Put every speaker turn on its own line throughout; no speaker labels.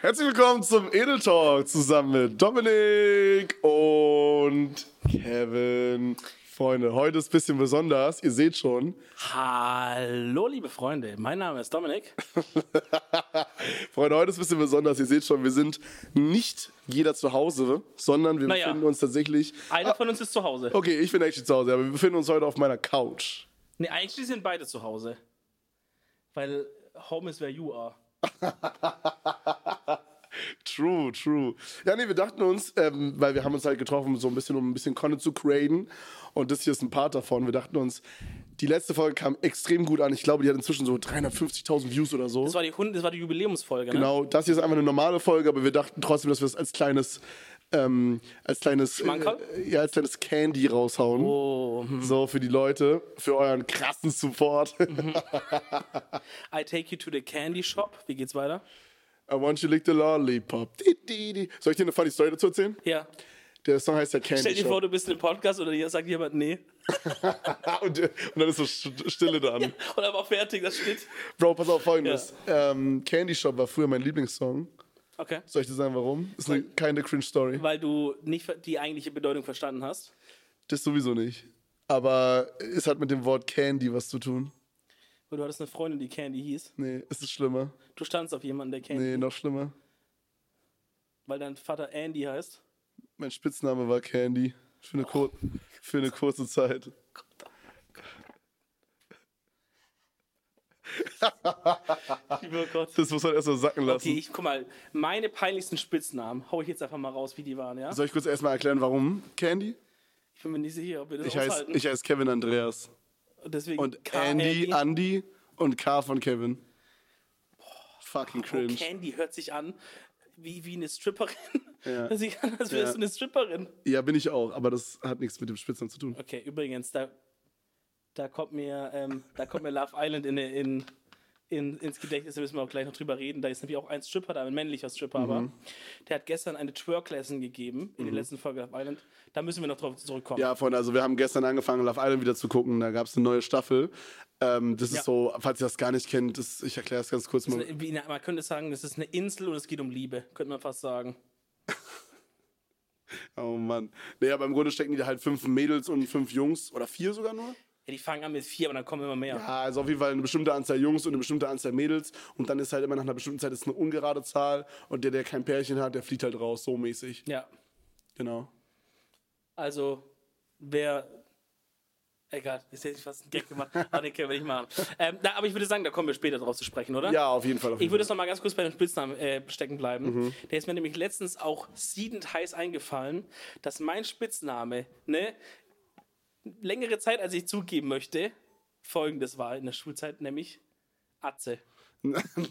Herzlich willkommen zum Edel Talk zusammen mit Dominik und Kevin. Freunde, heute ist ein bisschen besonders. Ihr seht schon.
Hallo, liebe Freunde. Mein Name ist Dominik.
Freunde, heute ist ein bisschen besonders. Ihr seht schon, wir sind nicht jeder zu Hause, sondern wir
Naja.
befinden uns tatsächlich.
Einer von uns ist zu Hause.
Okay, ich bin eigentlich zu Hause, aber wir befinden uns heute auf meiner Couch.
Nee, eigentlich sind beide zu Hause. Weil home is where you are.
True, true. Ja, nee, wir dachten uns, ähm, weil wir haben uns halt getroffen, so ein bisschen, um ein bisschen Content zu createn. Und das hier ist ein Part davon. Wir dachten uns, die letzte Folge kam extrem gut an. Ich glaube, die hat inzwischen so 350.000 Views oder so.
Das war die, Hund- das war die Jubiläumsfolge, ne?
Genau, das hier ist einfach eine normale Folge, aber wir dachten trotzdem, dass wir es als kleines, ähm, als kleines,
Schmankerl?
äh, ja, als kleines Candy raushauen.
Oh, hm.
So für die Leute, für euren krassen Support.
Mhm. I take you to the candy shop. Wie geht's weiter?
I want you to lick the lollipop. Di, di, di. Soll ich dir eine funny Story dazu erzählen?
Ja.
Der Song heißt ja Candy
Stell dir
Shop.
vor, du bist in einem Podcast oder hier sagt jemand nee.
und, äh, und dann ist so Sch- Stille dann.
Und dann war fertig, das steht.
Bro, pass auf folgendes. Ähm, Candy Shop war früher mein Lieblingssong.
Okay.
Soll ich dir sagen, warum? Ist eine, keine cringe Story.
Weil du nicht ver- die eigentliche Bedeutung verstanden hast.
Das sowieso nicht. Aber es hat mit dem Wort Candy was zu tun.
Weil du hattest eine Freundin, die Candy hieß.
Nee, es ist schlimmer.
Du standst auf jemanden, der Candy.
Nee, noch schlimmer.
Weil dein Vater Andy heißt.
Mein Spitzname war Candy. Für eine, kur für eine kurze Zeit.
Lieber Oh Gott.
Das muss man erstmal sacken lassen.
Okay, ich guck mal, meine peinlichsten Spitznamen hau ich jetzt einfach mal raus, wie die waren, ja?
Soll ich kurz erstmal erklären, warum Candy?
Ich bin mir nicht sicher, ob wir das
Ich heiße
aushalten.
ich heiß Kevin Andreas.
Deswegen
Und
K- Oh,
Andy, Andy und K von Kevin. Fucking cringe.
Candy hört sich an wie, wie eine Stripperin.
Ja.
Das sieht an, als wärst
Ja.
du eine Stripperin.
Ja, bin ich auch, aber das hat nichts mit dem Spitznamen zu tun.
Okay, übrigens, da, da kommt mir, ähm, da kommt mir Love Island in, in, in, ins Gedächtnis, da müssen wir auch gleich noch drüber reden. Da ist nämlich auch ein Stripper da, ein männlicher Stripper,
Mhm.
aber der hat gestern eine Twerk-Lesson gegeben in der letzten Folge Love Island. Da müssen wir noch drauf zurückkommen.
Ja, Freunde, also wir haben gestern angefangen, Love Island wieder zu gucken. Da gab es eine neue Staffel. Ähm, das
Ja.
ist so, falls ihr das gar nicht kennt, das, ich erkläre es ganz kurz
Das
mal.
ist eine- wie eine- Man könnte sagen, das ist eine Insel und es geht um Liebe, könnte man fast sagen.
Oh Mann. Nee, aber im Grunde stecken die da halt fünf Mädels und fünf Jungs oder vier sogar nur.
Ja, die fangen an mit vier, aber dann kommen immer mehr.
Ja, also auf jeden Fall eine bestimmte Anzahl Jungs und eine bestimmte Anzahl Mädels. Und dann ist halt immer nach einer bestimmten Zeit ist eine ungerade Zahl. Und der, der kein Pärchen hat, der fliegt halt raus, so mäßig.
Ja,
Genau.
also wer. Egal, jetzt hätte ich fast einen Gag gemacht. Aber den können wir nicht machen. Ähm, na, aber ich würde sagen, da kommen wir später drauf zu sprechen, oder?
Ja, auf jeden Fall. Auf
Ich
jeden
würde es nochmal ganz kurz bei dem Spitznamen äh, stecken bleiben.
Mhm.
Der ist mir nämlich letztens auch siedend heiß eingefallen, dass mein Spitzname, ne, längere Zeit, als ich zugeben möchte, folgendes war in der Schulzeit, nämlich Atze.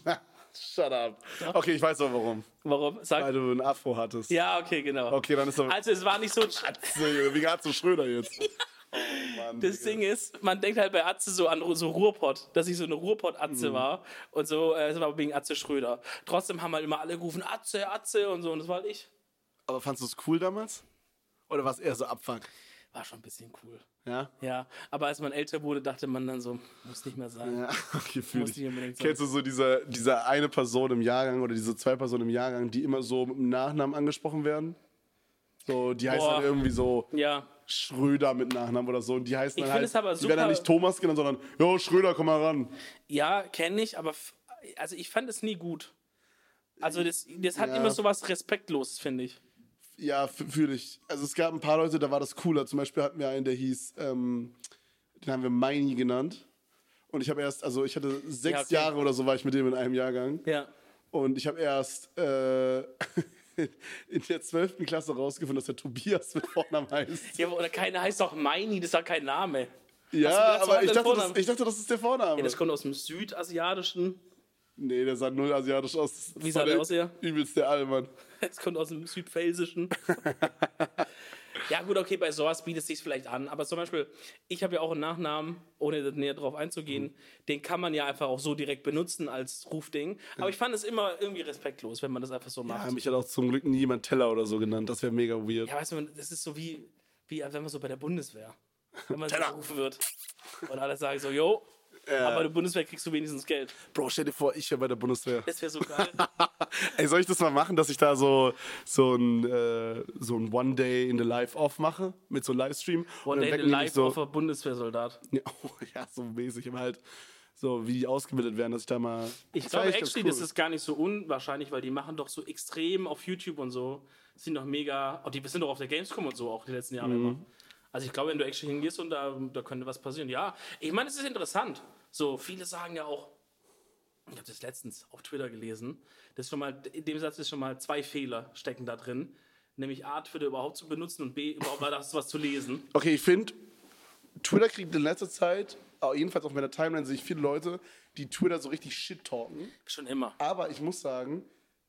Fall. Shut up. Okay, ich weiß auch warum.
Warum? Sag
Weil du einen Afro hattest.
Ja, okay, genau.
Okay, dann ist doch.
Also es war nicht so. Das
So, Junge, Wie gerade zum Schröder jetzt. Oh Mann. Digga.
Ding ist, man denkt halt bei Atze so an Ru- so Ruhrpott, dass ich so eine Ruhrpott-Atze
Mhm.
war. Und so, äh, es war wegen Atze Schröder. Trotzdem haben halt immer alle gerufen, Atze, Atze und so. Und das war halt ich.
Aber fandst du es cool damals? Oder war es eher so Abfuck?
War schon ein bisschen cool.
Ja?
Ja, aber als man älter wurde, dachte man dann so, muss nicht mehr sein.
Ja, okay, fühl
Muss
ich.
nicht unbedingt sein.
Kennst du so diese, diese eine Person im Jahrgang oder diese zwei Personen im Jahrgang, die immer so mit dem Nachnamen angesprochen werden? So, die heißen
Boah.
dann irgendwie so
Ja,
Schröder mit Nachnamen oder so. Und die heißen
Ich
dann
find
halt,
es aber
die werden dann
super-
nicht Thomas genannt, sondern, jo, Schröder, komm mal ran.
ja kenne ich, aber f- also ich fand es nie gut. Also das, das hat
Ja.
immer so was Respektloses, finde ich.
Ja, f- fühl ich. Also es gab ein paar Leute, da war das cooler. Zum Beispiel hatten wir einen, der hieß, ähm, den haben wir Meini genannt. Und ich habe erst, also ich hatte sechs
okay.
Jahre oder so war ich mit dem in einem Jahrgang.
Ja.
Und ich habe erst äh, in der 12. Klasse rausgefunden, dass der Tobias mit Vornamen heißt.
Ja, aber- oder keiner heißt doch Meini, das ist doch kein Name.
Ja,
gedacht, so
aber
hat
ich
er einen
dachte,
Vornamen?
das, ich dachte, das ist der Vorname.
Ja, das kommt aus dem Südasiatischen.
Nee, der sah null asiatisch aus. Das
Wie
war
sah der aus, ja?
Übelst der Allmann.
Es kommt aus dem Südpfälzischen. ja, gut, okay, bei sowas bietet es sich vielleicht an. Aber zum Beispiel, ich habe ja auch einen Nachnamen, ohne da näher drauf einzugehen.
Mhm.
Den kann man ja einfach auch so direkt benutzen als Rufding. Aber ich fand es immer irgendwie respektlos, wenn man das einfach so macht.
Ja, Ah, mich hat auch zum Glück nie jemand Teller oder so genannt. Das wäre mega weird.
Ja, weißt du, man- das ist so wie, wie als wenn man so bei der Bundeswehr, wenn man so gerufen wird. Und alle sagen so, yo, aber bei der Bundeswehr kriegst du wenigstens Geld.
Bro, stell dir vor, ich wäre bei der Bundeswehr.
Das wäre so geil.
Ey, soll ich das mal machen, dass ich da so, so ein, äh, so ein One Day in the Life Off mache? Mit so einem Livestream? Und
One
dann
day
wecken
in
die
the
mich
life
so,
of a Bundeswehrsoldat.
Ja, oh, ja, so mäßig. Immer halt so, wie die ausgebildet werden, dass ich da mal.
Ich
Das wär
glaube,
eigentlich ganz
actually,
cool.
das ist gar nicht so unwahrscheinlich, weil die machen doch so extrem auf YouTube und so. Sind doch mega. Oh, die sind doch auf der Gamescom und so auch die letzten Jahre immer. Also, ich glaube, wenn du actually hingehst und da, da könnte was passieren. Ja, ich meine, es ist interessant. So, viele sagen ja auch, ich habe das letztens auf Twitter gelesen, das ist schon mal, in dem Satz ist schon mal zwei Fehler stecken da drin. Nämlich A, Twitter überhaupt zu benutzen und B, überhaupt mal das was zu lesen.
Okay, ich finde, Twitter kriegt in letzter Zeit, auch jedenfalls auf meiner Timeline, sehe ich viele Leute, die Twitter so richtig shit talken.
Schon immer.
Aber ich muss sagen,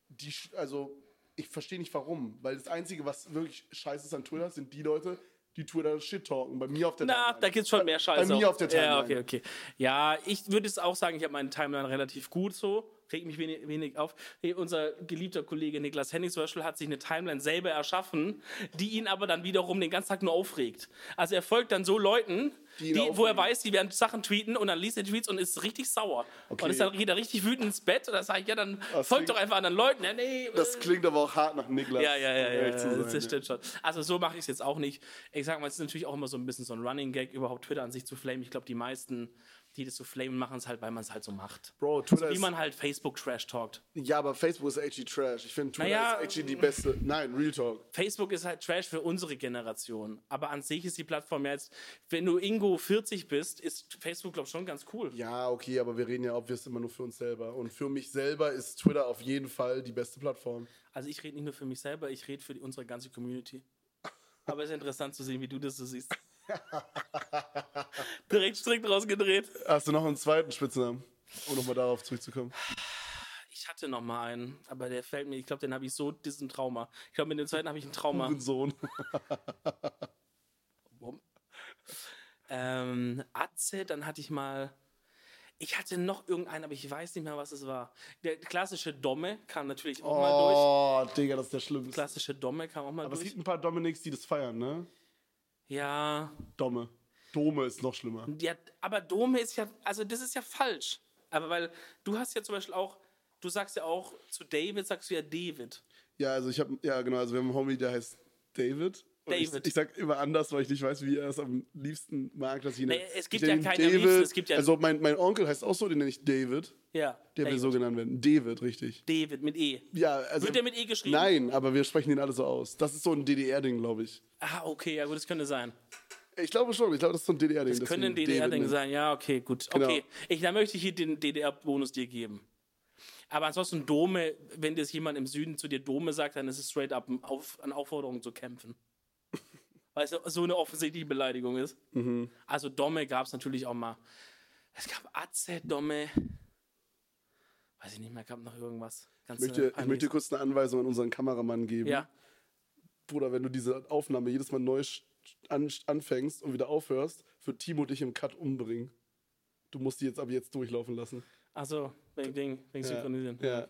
die, sch- also ich verstehe nicht warum, weil das Einzige, was wirklich scheiße ist an Twitter, sind die Leute, die Twitter shit talken. Bei mir auf der
Na, da gibt's schon mehr Scheiße.
Bei mir
auch.
auf der
Ja,
Timeline.
okay, okay. Ja, ich würde es auch sagen, ich habe meine Timeline relativ gut so. Reg mich wenig, wenig auf. Hey, unser geliebter Kollege Niklas Henning zum Beispiel hat sich eine Timeline selber erschaffen, die ihn aber dann wiederum den ganzen Tag nur aufregt. Also er folgt dann so Leuten,
Die ihn
die wo er
aufregen.
weiß, die werden Sachen tweeten und dann liest er Tweets und ist richtig sauer. Und ist dann geht er richtig wütend ins Bett und dann sage ich, ja, dann
Das
folgt
klingt-
doch einfach anderen Leuten. Ja, nee,
Das
äh.
klingt aber auch hart nach Niklas.
Ja, ja, ja,
um
ja,
ehrlich
ja
zu sein,
das stimmt schon. Also so mache ich es jetzt auch nicht. Ich sag mal, es ist natürlich auch immer so ein bisschen so ein Running Gag, überhaupt Twitter an sich zu flamen. Ich glaube, die meisten, die das so flamen, machen es halt, weil man es halt so macht.
Bro, Twitter
Wie
ist-
man halt Facebook Trash talkt.
Ja, aber Facebook ist actually trash. Ich finde Twitter
Naja,
ist actually die beste. Nein, Real Talk.
Facebook ist halt Trash für unsere Generation. Aber an sich ist die Plattform ja jetzt, wenn du Ingo 40 bist, ist Facebook, glaube ich, schon ganz cool.
Ja, okay, aber wir reden ja obvious immer nur für uns selber. Und für mich selber ist Twitter auf jeden Fall die beste Plattform.
Also ich rede nicht nur für mich selber, ich rede für die, unsere ganze Community. Aber es ist interessant zu sehen, wie du das so siehst. Direkt strikt rausgedreht.
Hast du noch einen zweiten Spitznamen? Um nochmal darauf zurückzukommen.
Ich hatte noch mal einen, aber der fällt mir, ich glaube, den habe ich so, diesen Trauma. Ich glaube, mit dem zweiten habe ich ein Trauma.
Sohn.
Ähm, Atze, dann hatte ich mal, ich hatte noch irgendeinen, aber ich weiß nicht mehr, was es war. Der klassische Domme kam natürlich auch mal durch.
Oh, Digga, das ist der Schlimmste.
Klassische Domme kam auch mal
Aber es
durch.
gibt ein paar Dominics, die das feiern, ne?
Ja,
Domme. Dome ist noch schlimmer.
ja, aber Dome ist ja, also das ist ja falsch. Aber weil, du hast ja zum Beispiel auch, du sagst ja auch, zu David sagst du ja David.
Ja, also ich habe, ja genau, also wir haben einen Homie, der heißt David. Und
David.
Ich, ich sag immer anders, weil ich nicht weiß, wie er es am liebsten mag, dass ich ihn
Nee,
nenn-
es
ich
gibt
nenn
ja
ihn
keinen am liebsten, es gibt ja-
Also mein, mein Onkel heißt auch so, den nenne ich David.
Ja,
Der will so genannt werden. David, richtig.
David mit E.
Ja, also,
Wird der mit E geschrieben?
Nein, aber wir sprechen den alle so aus. Das ist so ein DDR-Ding, glaube ich.
Ah, okay, ja gut, das könnte sein.
Ich glaube schon, ich glaube, das ist so ein DDR-Ding.
Das
dass
könnte
wir
ein
ihn David
DDR-Ding
nennen.
sein, ja, okay, gut.
Genau.
Okay, ich, dann möchte ich hier den DDR-Bonus dir geben. Aber ansonsten Dome, wenn das jemand im Süden zu dir Dome sagt, dann ist es straight up ein auf, eine Aufforderung zu kämpfen. Weil es so eine offensichtliche Beleidigung ist.
Mhm.
Also Dome gab es natürlich auch mal. Es gab Atze, Dome. Weiß ich nicht mehr, gab noch irgendwas. Ganz
Ich möchte, ich möchte kurz eine Anweisung an unseren Kameramann geben.
ja,
Bruder, wenn du diese Aufnahme jedes Mal neu sch- an, anfängst und wieder aufhörst, wird Timo dich im Cut umbringen. Du musst die jetzt ab jetzt durchlaufen lassen.
also wegen Ding, wegen Synchronisieren.
Äh, Ja.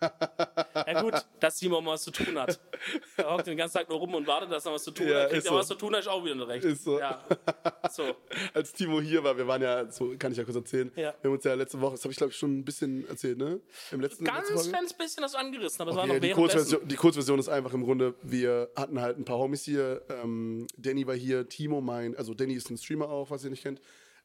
Okay. Ja gut, dass Simon mal was zu tun hat. Er hockt den ganzen Tag nur rum und wartet, dass er was zu tun
Ja,
hat. Kriegt
ist
er
so.
was zu tun, hat, ist auch wieder ein Recht.
Ist so.
Ja. So.
Als Timo hier war, wir waren ja, so kann ich ja kurz erzählen,
Ja.
wir haben uns ja letzte Woche, das habe ich glaube ich schon ein bisschen erzählt, ne? Im letzten letzte
Ganz
Folge?
kleines bisschen das angerissen, aber es war
Okay,
noch
die,
währenddessen.
Kurzversion, die Kurzversion ist einfach im Grunde, wir hatten halt ein paar Homies hier. Ähm, Danny war hier, Timo mein, also Danny ist ein Streamer auch, was ihr nicht kennt.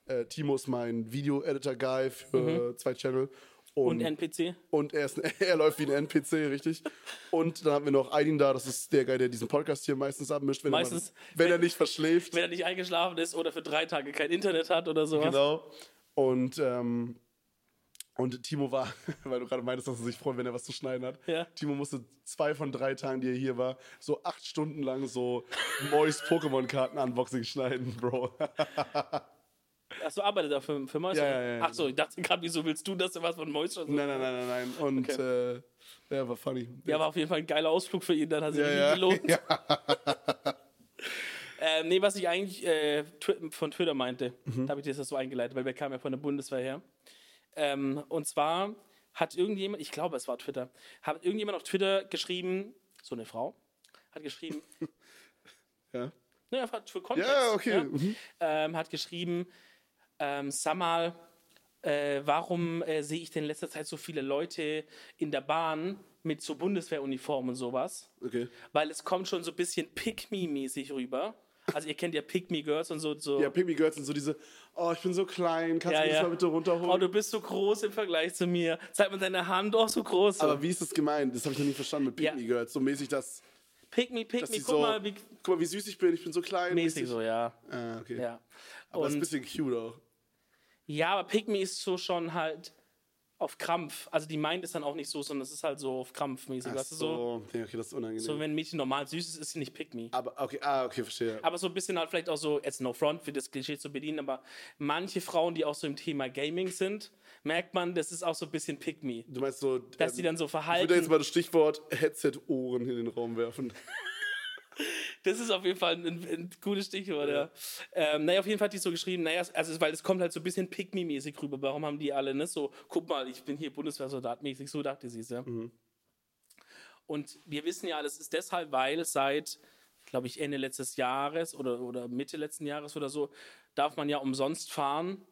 Äh, Timo ist mein Video-Editor-Guy für zwei Channel.
Mhm. Und NPC.
Und er, ist, er läuft wie ein NPC, richtig. Und dann haben wir noch Aydin da, das ist der Guy, der diesen Podcast hier meistens abmischt, wenn,
Meistens,
er, mal, wenn er
wenn-
nicht verschläft.
Wenn er nicht eingeschlafen ist oder für drei Tage kein Internet hat oder sowas.
Genau. Und, ähm, und Timo war, weil du gerade meintest, dass er sich freut, wenn er was zu schneiden hat.
Ja.
Timo musste zwei von drei Tagen, die er hier war, so acht Stunden lang so Mois Pokémon-Karten-Unboxing schneiden, Bro.
Achso, arbeitet er für, für Moisture?
Ja, ja, ja,
Achso, ich dachte gerade, wieso willst du, dass du was von Moisture
Nein, nein, nein, nein, nein. Und äh, ja, war funny.
Ja, war auf jeden Fall ein geiler Ausflug für ihn, dann hat sich
Ja,
nie
ja.
gelohnt. Ähm, nee, was ich eigentlich äh, Twi- von Twitter meinte,
Mhm.
da habe ich dir das so eingeleitet, weil wir kamen ja von der Bundeswehr her. Ähm, und zwar hat irgendjemand, ich glaube, es war Twitter, hat irgendjemand auf Twitter geschrieben, so eine Frau, hat geschrieben,
Ja.
naja, für Kontext.
Ja, okay.
ja?
Mhm.
ähm, hat geschrieben, ähm, sag mal, äh, warum äh, sehe ich denn in letzter Zeit so viele Leute in der Bahn mit so Bundeswehruniformen und sowas?
Okay.
Weil es kommt schon so ein bisschen Pick-Me-mäßig rüber. Also ihr kennt ja Pick-Me-Girls und so. so.
Ja, Pygmy Girls sind so diese, oh, ich bin so klein, kannst
Ja,
du mich
ja.
mal bitte
Oh,
runterholen?
du bist so groß im Vergleich zu mir. Zeig mal deine Hand, oh, so groß.
Aber wie ist das gemeint? Das habe ich noch nie verstanden mit Pygmy
Ja.
Girls. So mäßig, dass,
Pick-Me,
dass
Pick-Me,
die
guck
so,
mal, wie
guck mal, wie süß ich bin, ich bin so klein.
mäßig so, ja.
Ah, okay.
ja.
Aber das
Und-
ist ein bisschen cute auch.
Ja, aber Pygmy ist so schon halt auf Krampf. Also die meint es dann auch nicht so, sondern es ist halt so auf Krampf mäßig.
Ach
Weißt du, so,
so. Ja, okay, das ist unangenehm.
so wenn ein Mädchen normal süß ist, ist sie nicht Pygmy.
aber, okay, ah, okay, verstehe.
Aber so ein bisschen halt vielleicht auch so, jetzt no front für das Klischee zu bedienen, aber manche Frauen, die auch so im Thema Gaming sind, merkt man, das ist auch so ein bisschen Pygmy.
Du meinst so. äh,
Dass die dann so
Ich würde jetzt
verhalten.
mal das Stichwort Headset-Ohren in den Raum werfen.
Das ist auf jeden Fall ein, ein gutes Stichwort, ja. Ähm, naja, auf jeden Fall hat die so geschrieben, naja, es- also, es- weil es kommt halt so ein bisschen Pygmy-mäßig rüber. Warum haben die alle, ne? So, guck mal, ich bin hier Bundeswehrsoldat-mäßig, so dachte sie es, ja. Und wir wissen ja, das ist deshalb, weil seit, glaube ich, Ende letztes Jahres oder, oder Mitte letzten Jahres oder so, darf man ja umsonst fahren,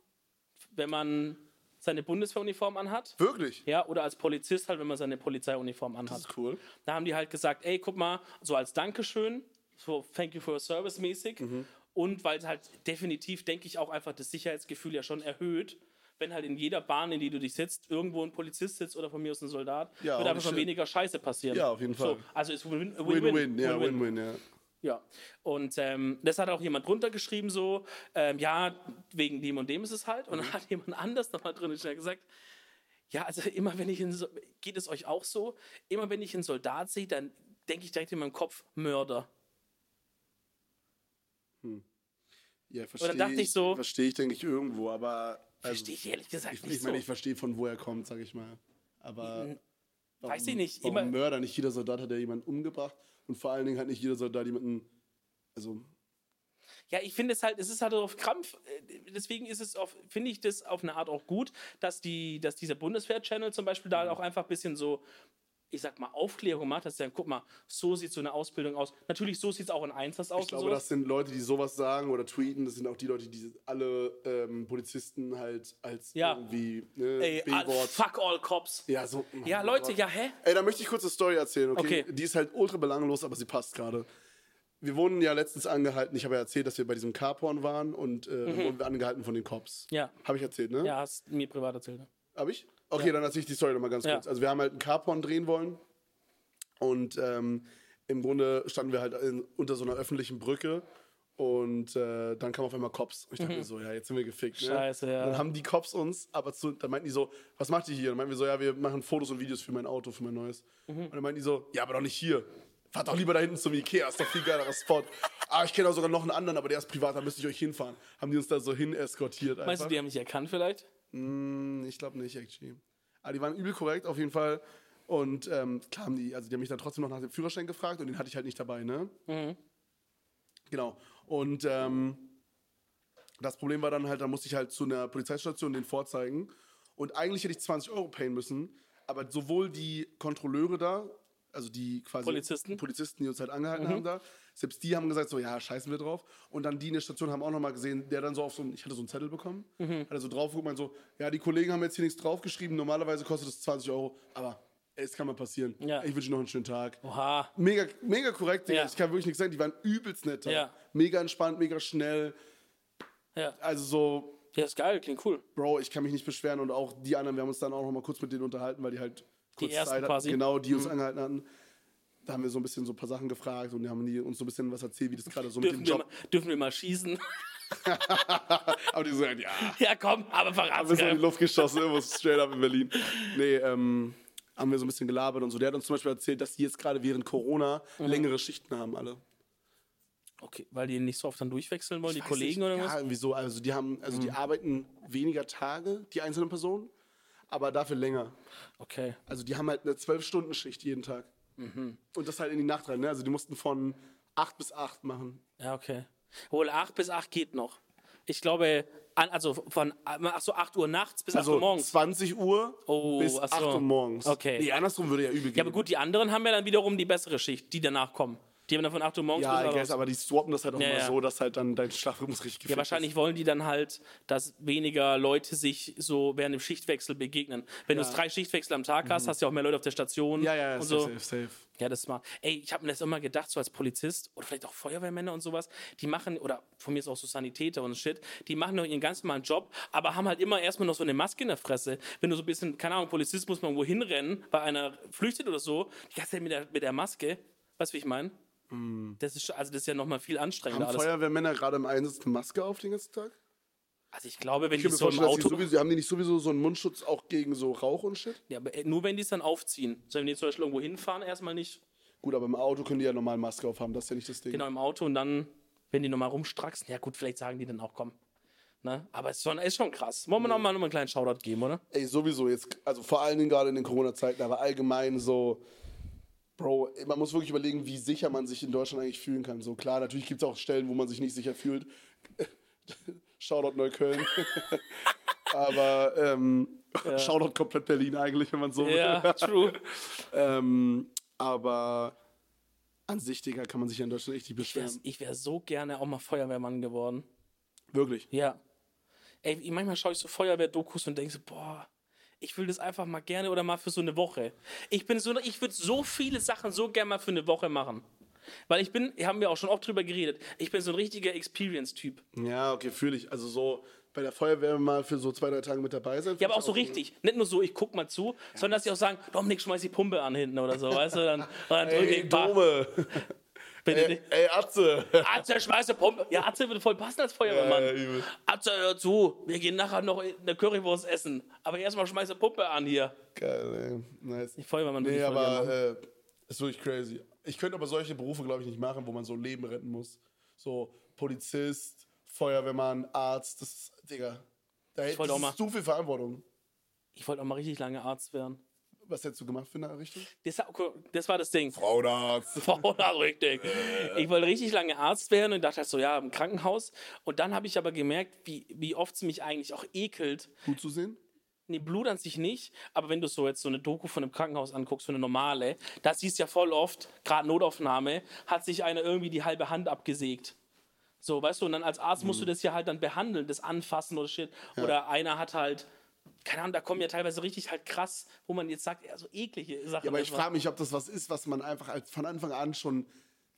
wenn man seine Bundeswehruniform anhat.
Wirklich?
Ja, oder als Polizist halt, wenn man seine Polizeiuniform anhat.
Das ist cool.
Da haben die halt gesagt, ey, guck mal, so als Dankeschön, so thank you for your service mäßig.
Mhm.
Und weil es halt definitiv, denke ich, auch einfach das Sicherheitsgefühl ja schon erhöht, wenn halt in jeder Bahn, in die du dich sitzt, irgendwo ein Polizist sitzt oder von mir aus ein Soldat,
Ja,
wird
holy
einfach schon
shit.
weniger Scheiße passieren.
Ja, auf jeden Fall.
So, also ist Win-Win.
Win-win, ja,
Win-win.
win-win, ja.
Ja, und ähm, das hat auch jemand runtergeschrieben, so, ähm, ja, wegen dem und dem ist es halt. Und dann hat jemand anders nochmal drin schnell gesagt, ja, also immer wenn ich, in, so- geht es euch auch so, immer wenn ich einen Soldat sehe, dann denke ich direkt in meinem Kopf, Mörder.
Ja, verstehe
dachte ich so-
Verstehe ich, denke ich, irgendwo, aber. Also,
Verstehe ich ehrlich gesagt
Ich,
nicht
ich meine, ich
so.
verstehe, von wo er kommt, sag ich mal. Aber.
Weiß ich nicht,
Warum
immer-
Mörder? Nicht jeder Soldat hat ja jemanden umgebracht. Und vor allen Dingen hat nicht jeder Soldat jemanden. Also,
Ja, ich finde es halt, es ist halt auf Krampf, äh, deswegen ist es auf, finde ich das auf eine Art auch gut, dass die, dass dieser Bundeswehr-Channel zum Beispiel
Mhm.
da auch einfach ein bisschen so, ich sag mal, Aufklärung macht, dass sie sagen, guck mal, so sieht so eine Ausbildung aus. Natürlich, so sieht es auch in Einsatz aus.
ich glaube,
und so.
das sind Leute, die sowas sagen oder tweeten. Das sind auch die Leute, die alle ähm, Polizisten halt als
Ja.
irgendwie. Ne,
Ey, all,
B-Wort.
fuck all cops.
Ja, so.
Ja,
oh
Leute,
Gott.
ja, hä?
Ey, da möchte ich kurz eine Story erzählen, okay?
Okay.
Die ist halt ultra belanglos, aber sie passt gerade. Wir wurden ja letztens angehalten, ich habe ja erzählt, dass wir bei diesem Carporn waren und äh, dann wurden wir angehalten von den Cops.
Mhm. Ja.
Habe ich erzählt, ne?
Ja, hast mir privat erzählt. ne?
Hab ich? Okay, dann erzähle ich die Story nochmal ganz
Ja.
kurz. Also wir haben halt einen Carporn drehen wollen und ähm, im Grunde standen wir halt in, unter so einer öffentlichen Brücke und äh, dann kamen auf einmal Cops. Und ich dachte mir so, ja, jetzt sind wir gefickt. Ne?
Mhm. Scheiße, ja.
Und Dann haben die Cops uns, aber zu, dann meinten die so, was macht ihr hier? Dann meinten wir so, ja, wir machen Fotos und Videos für mein Auto, für mein neues.
Mhm.
Und dann meinten die so, ja, aber doch nicht hier. Fahrt doch lieber da hinten zum Ikea, ist doch viel geilerer Spot. Ah, ich kenne auch sogar noch einen anderen, aber der ist privat, da müsste ich euch hinfahren. Haben die uns da so hin eskortiert.
Meinst du, die haben mich erkannt vielleicht?
Mm, Ich glaube nicht, actually. Aber die waren übel korrekt auf jeden Fall. Und ähm, klar haben die, also die haben mich dann trotzdem noch nach dem Führerschein gefragt und den hatte ich halt nicht dabei, ne? Genau. Und ähm, das Problem war dann halt, da musste ich halt zu einer Polizeistation den vorzeigen. Und eigentlich hätte ich 20 Euro payen müssen, aber sowohl die Kontrolleure da, also die quasi
Polizisten?
Polizisten die uns halt angehalten
Mhm.
haben da, selbst die haben gesagt so, ja, scheißen wir drauf. Und dann die in der Station haben auch nochmal gesehen, der dann so auf so, einen- ich hatte so einen Zettel bekommen,
Mhm.
hat er so drauf geguckt, meint so, ja, die Kollegen haben jetzt hier nichts draufgeschrieben, normalerweise kostet das 20 Euro, aber es kann mal passieren.
Ja.
Ich wünsche noch einen schönen Tag.
Oha.
Mega, mega korrekt, Digga.
Ja.
ich kann wirklich nichts sagen, die waren übelst nett. da.
Ja.
Mega entspannt, mega schnell.
Ja.
Also so,
Ja, ist geil, klingt cool.
Bro, ich kann mich nicht beschweren und auch die anderen, wir haben uns dann auch noch mal kurz mit denen unterhalten, weil die halt kurz
ersten
Zeit hatten.
quasi. Mhm.
genau, die uns angehalten hatten. Da haben wir so ein bisschen so ein paar Sachen gefragt und die haben die uns so ein bisschen was erzählt, wie das gerade so mit dem
Dürfen wir,
Job.
mal, dürfen wir mal schießen?
Aber die so, ja, ja.
ja, komm, aber
haben wir
verrat's
so in die
keinem.
Luft geschossen, irgendwo straight up in Berlin. Nee, ähm, haben wir so ein bisschen
Mhm.
gelabert und so. Der hat uns zum Beispiel erzählt, dass die jetzt gerade während Corona längere Schichten haben alle.
Okay, weil die nicht so oft dann durchwechseln wollen, die
Weiß
Kollegen
nicht,
oder
ja,
was? Mhm.
irgendwie so. Also die haben, also die arbeiten weniger Tage, die einzelnen Personen, aber dafür länger.
Okay.
Also die haben halt eine 12-Stunden-Schicht jeden Tag. Und das halt in die Nacht rein. Ne? Also die mussten von 8 bis 8 machen.
Ja, okay. Obwohl 8 bis 8 geht noch. Ich glaube, an, also von ach so, 8 Uhr nachts bis 8
Also
Uhr morgens.
20 Uhr
Oh,
bis
ach so.
8 Uhr morgens.
Okay.
Nee, andersrum würde ja übel gehen.
Ja, aber gut, die anderen haben ja dann wiederum die bessere Schicht, die danach kommen. Die haben dann von 8 Uhr morgens
Ja,
bis
ich
abends.
guess, aber die swappen das halt auch
Ja,
immer
ja.
so, dass halt dann dein Schlafrhythmus richtig
Ja, wahrscheinlich wollen die dann halt, dass weniger Leute sich so während dem Schichtwechsel begegnen. Wenn du jetzt drei Schichtwechsel am Tag hast, hast du ja auch mehr Leute auf der Station.
Mhm. Ja, ja,
und
safe,
so.
safe, safe.
Ja, das war. Ey, ich habe mir das immer gedacht, so als Polizist oder vielleicht auch Feuerwehrmänner und sowas, die machen, oder von mir ist auch so Sanitäter und Shit, die machen doch ihren ganz normalen Job, aber haben halt immer erstmal noch so eine Maske in der Fresse. Wenn du so ein bisschen, keine Ahnung, Polizist muss man wohin rennen, bei einer flüchtet oder so, die ganze Zeit mit der, mit der Maske. Weißt du, wie ich meine? Das ist, schon- also das ist ja nochmal viel anstrengender.
Mm. Haben
Alles.
Feuerwehrmänner gerade im Einsatz eine Maske auf den ganzen Tag?
Also ich glaube, wenn
Ich
die
kann mir
so im
vorstellen, dass die
Auto.
sowieso, haben die nicht sowieso so einen Mundschutz auch gegen so Rauch und Shit?
Ja, aber äh, nur wenn die es dann aufziehen. So, wenn die zum Beispiel irgendwo hinfahren, erstmal nicht.
Gut, aber im Auto können die ja normal Maske aufhaben, das ist ja nicht das Ding.
Genau, im Auto und dann, wenn die nochmal rumstraxen, ja gut, vielleicht sagen die dann auch, komm. Ne? Aber es ist schon, ist schon krass. Wollen wir noch nochmal einen kleinen Shoutout geben, oder?
Ey, sowieso jetzt, also vor allen Dingen gerade in den Corona-Zeiten, aber allgemein so, Bro, man muss wirklich überlegen, wie sicher man sich in Deutschland eigentlich fühlen kann. So klar, natürlich gibt es auch Stellen, wo man sich nicht sicher fühlt. Shoutout Neukölln. aber ähm, Shoutout komplett Berlin eigentlich, wenn man so will.
Ja, true.
ähm, aber an sich, Digga, kann man sich ja in Deutschland echt nicht beschweren.
Ich wäre so gerne auch mal Feuerwehrmann geworden.
Wirklich.
Ja. Ey, ich- manchmal schaue ich so Feuerwehrdokus und denke so, boah, ich will das einfach mal gerne oder mal für so eine Woche. Ich bin so, ich würde so viele Sachen so gerne mal für eine Woche machen. Weil ich bin, haben wir auch schon oft drüber geredet, ich bin so ein richtiger Experience-Typ.
Ja, okay, fühle ich. Also so bei der Feuerwehr mal für so zwei, drei Tage mit dabei sein.
Ja, aber auch so richtig. Nicht nur so, ich guck mal zu, sondern dass sie auch sagen, Dominik, schmeiß die Pumpe an hinten oder so, weißt du? Dann, und dann drück
Ey,
ich, bah,
Dome.
bitte
Ey,
nicht.
ey, Atze.
Atze, schmeiß die Pumpe. Ja, Atze würde voll passen als
Ja, ja,
Feuerwehrmann.
übel.
Atze, hör zu, wir gehen nachher noch eine Currywurst essen. Aber erstmal schmeiß die Pumpe an hier.
Geil, ey. Nice.
Die Feuerwehrmann würde
Nee,
ich voll gerne
aber
machen.
äh, ist wirklich crazy. Ich könnte aber solche Berufe, glaube ich, nicht machen, wo man so Leben retten muss. So Polizist, Feuerwehrmann, Arzt, das ist, Digga. Da das
wollte auch mal-
ist zu viel Verantwortung.
Ich wollte auch mal richtig lange Arzt werden.
Was hättest du gemacht für eine Richtung?
Das, das war das Ding.
Frauenarzt.
Frau da richtig. Ich wollte richtig lange Arzt werden und dachte halt so, ja, im Krankenhaus. Und dann habe ich aber gemerkt, wie, wie oft es mich eigentlich auch ekelt,
Gut zu sehen?
Nee, Blut an sich nicht, aber wenn du so jetzt so eine Doku von einem Krankenhaus anguckst, so eine normale, da siehst du ja voll oft, gerade Notaufnahme, hat sich einer irgendwie die halbe Hand abgesägt. So, weißt du, und dann als Arzt
Mhm.
musst du das ja halt dann behandeln, das anfassen oder shit. Oder einer hat halt, keine Ahnung, da kommen ja teilweise richtig halt krass, wo man jetzt sagt, ja, so eklige Sachen.
Ja, aber ich
einfach.
frage mich, ob das was ist, was man einfach als, von Anfang an schon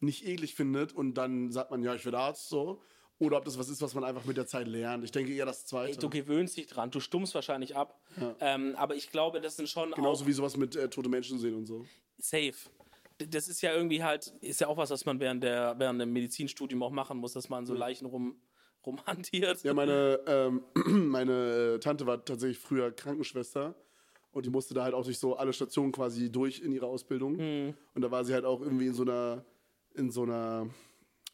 nicht eklig findet und dann sagt man, ja, ich werde Arzt so. Oder ob das was ist, was man einfach mit der Zeit lernt. Ich denke eher das Zweite.
Du gewöhnst dich dran, du stummst wahrscheinlich ab. Ähm, aber ich glaube, das sind schon auch
Genauso wie sowas mit äh, tote Menschen sehen und so.
safe. D- Das ist ja irgendwie halt, ist ja auch was, was man während, der, während dem Medizinstudium auch machen muss, dass man so Leichen rum, rumhantiert.
Ja, meine, ähm, meine äh, Tante war tatsächlich früher Krankenschwester und die musste da halt auch durch so alle Stationen quasi durch in ihrer Ausbildung.
Hm.
Und da war sie halt auch irgendwie in so einer, in so einer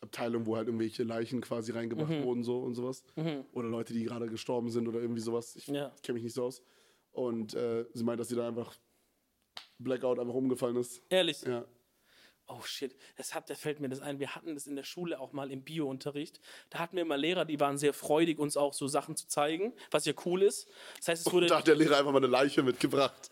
Abteilung, wo halt irgendwelche Leichen quasi reingebracht
Mhm.
wurden so und sowas. Oder Leute, die gerade gestorben sind oder irgendwie sowas. Ich
Ja.
kenne mich nicht so aus. Und äh, sie meint, dass sie da einfach Blackout einfach umgefallen ist.
Ehrlich.
Ja.
Oh shit, das hat, da fällt mir das ein. Wir hatten das in der Schule auch mal im Biounterricht. Da hatten wir mal Lehrer, die waren sehr freudig, uns auch so Sachen zu zeigen, was ja cool ist. Das heißt, es wurde
Da hat der Lehrer einfach mal eine Leiche mitgebracht.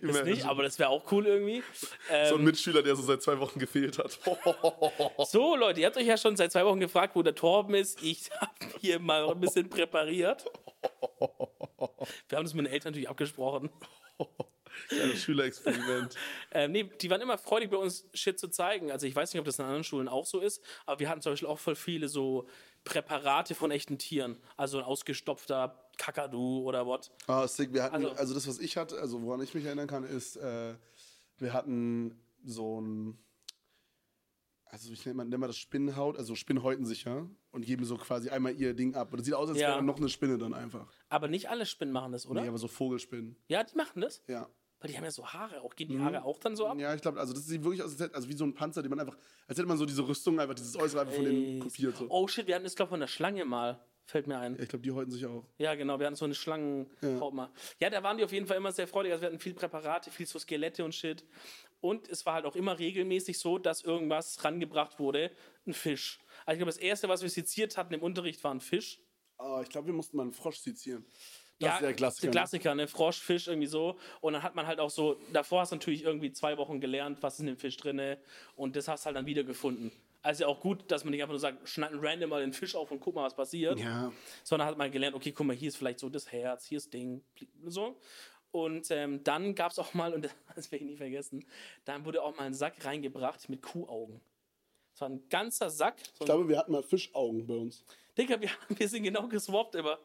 das nicht, aber das wäre auch cool irgendwie. Ähm,
so ein Mitschüler, der so seit zwei Wochen gefehlt hat.
So, Leute, ihr habt euch ja schon seit zwei Wochen gefragt, wo der Torben ist. Ich habe hier mal ein bisschen präpariert. Wir haben das mit den Eltern natürlich abgesprochen.
Ein Schülerexperiment.
Ähm, nee, die waren immer freudig, bei uns Shit zu zeigen. Also ich weiß nicht, ob das in anderen Schulen auch so ist, aber wir hatten zum Beispiel auch voll viele so Präparate von echten Tieren. Also ein ausgestopfter Kakadu oder what.
Ah, sick. Wir hatten,
Also-
also, das, was ich hatte, also woran ich mich erinnern kann, ist, äh, wir hatten so ein, also ich nenne mal, nenn mal das Spinnenhaut, also Spinnen häuten sich ja und geben so quasi einmal ihr Ding ab. Und das sieht aus, als
Ja.
wäre noch eine Spinne dann einfach.
Aber nicht alle Spinnen machen das, oder?
Nee, aber so Vogelspinnen.
ja, die machen das.
Ja.
Weil die haben ja so Haare auch. Gehen die Haare auch dann so ab?
Mhm. Ja, ich glaube, also das sieht wirklich aus, als hätte, also wie so ein Panzer, den man einfach, als hätte man so diese Rüstung, einfach dieses Äußere einfach von denen
Ey,
kopiert. So.
Oh shit, wir hatten das, glaube ich, von der Schlange mal. Fällt mir ein.
Ich glaube, die häuten sich auch.
Ja, genau, wir hatten so eine Schlangenhaut mal. Ja, da waren die auf jeden Fall immer sehr freudig. Also wir hatten viel Präparate, viel so Skelette und Shit. Und es war halt auch immer regelmäßig so, dass irgendwas rangebracht wurde. Ein Fisch. Also ich glaube, das Erste, was wir seziert hatten im Unterricht, war ein Fisch.
Ah, ich glaube, wir mussten mal einen Frosch sezieren. Das ist der Klassiker.
Der
ne?
Klassiker, ne? Frosch, Fisch, irgendwie so. Und dann hat man halt auch so, davor hast du natürlich irgendwie zwei Wochen gelernt, was ist in dem Fisch drinne Und das hast du halt dann wiedergefunden. Also ja auch gut, dass man nicht einfach nur sagt, schneiden random mal den Fisch auf und guck mal, was passiert.
Ja.
Sondern hat man gelernt, okay, guck mal, hier ist vielleicht so das Herz, hier ist Ding, so. Und ähm, dann gab es auch mal, und das werde ich nie vergessen, dann wurde auch mal ein Sack reingebracht mit Kuhaugen. Das war ein ganzer Sack. So
Ich glaube, wir hatten mal Fischaugen bei uns.
Digga, wir, wir sind genau geswappt immer.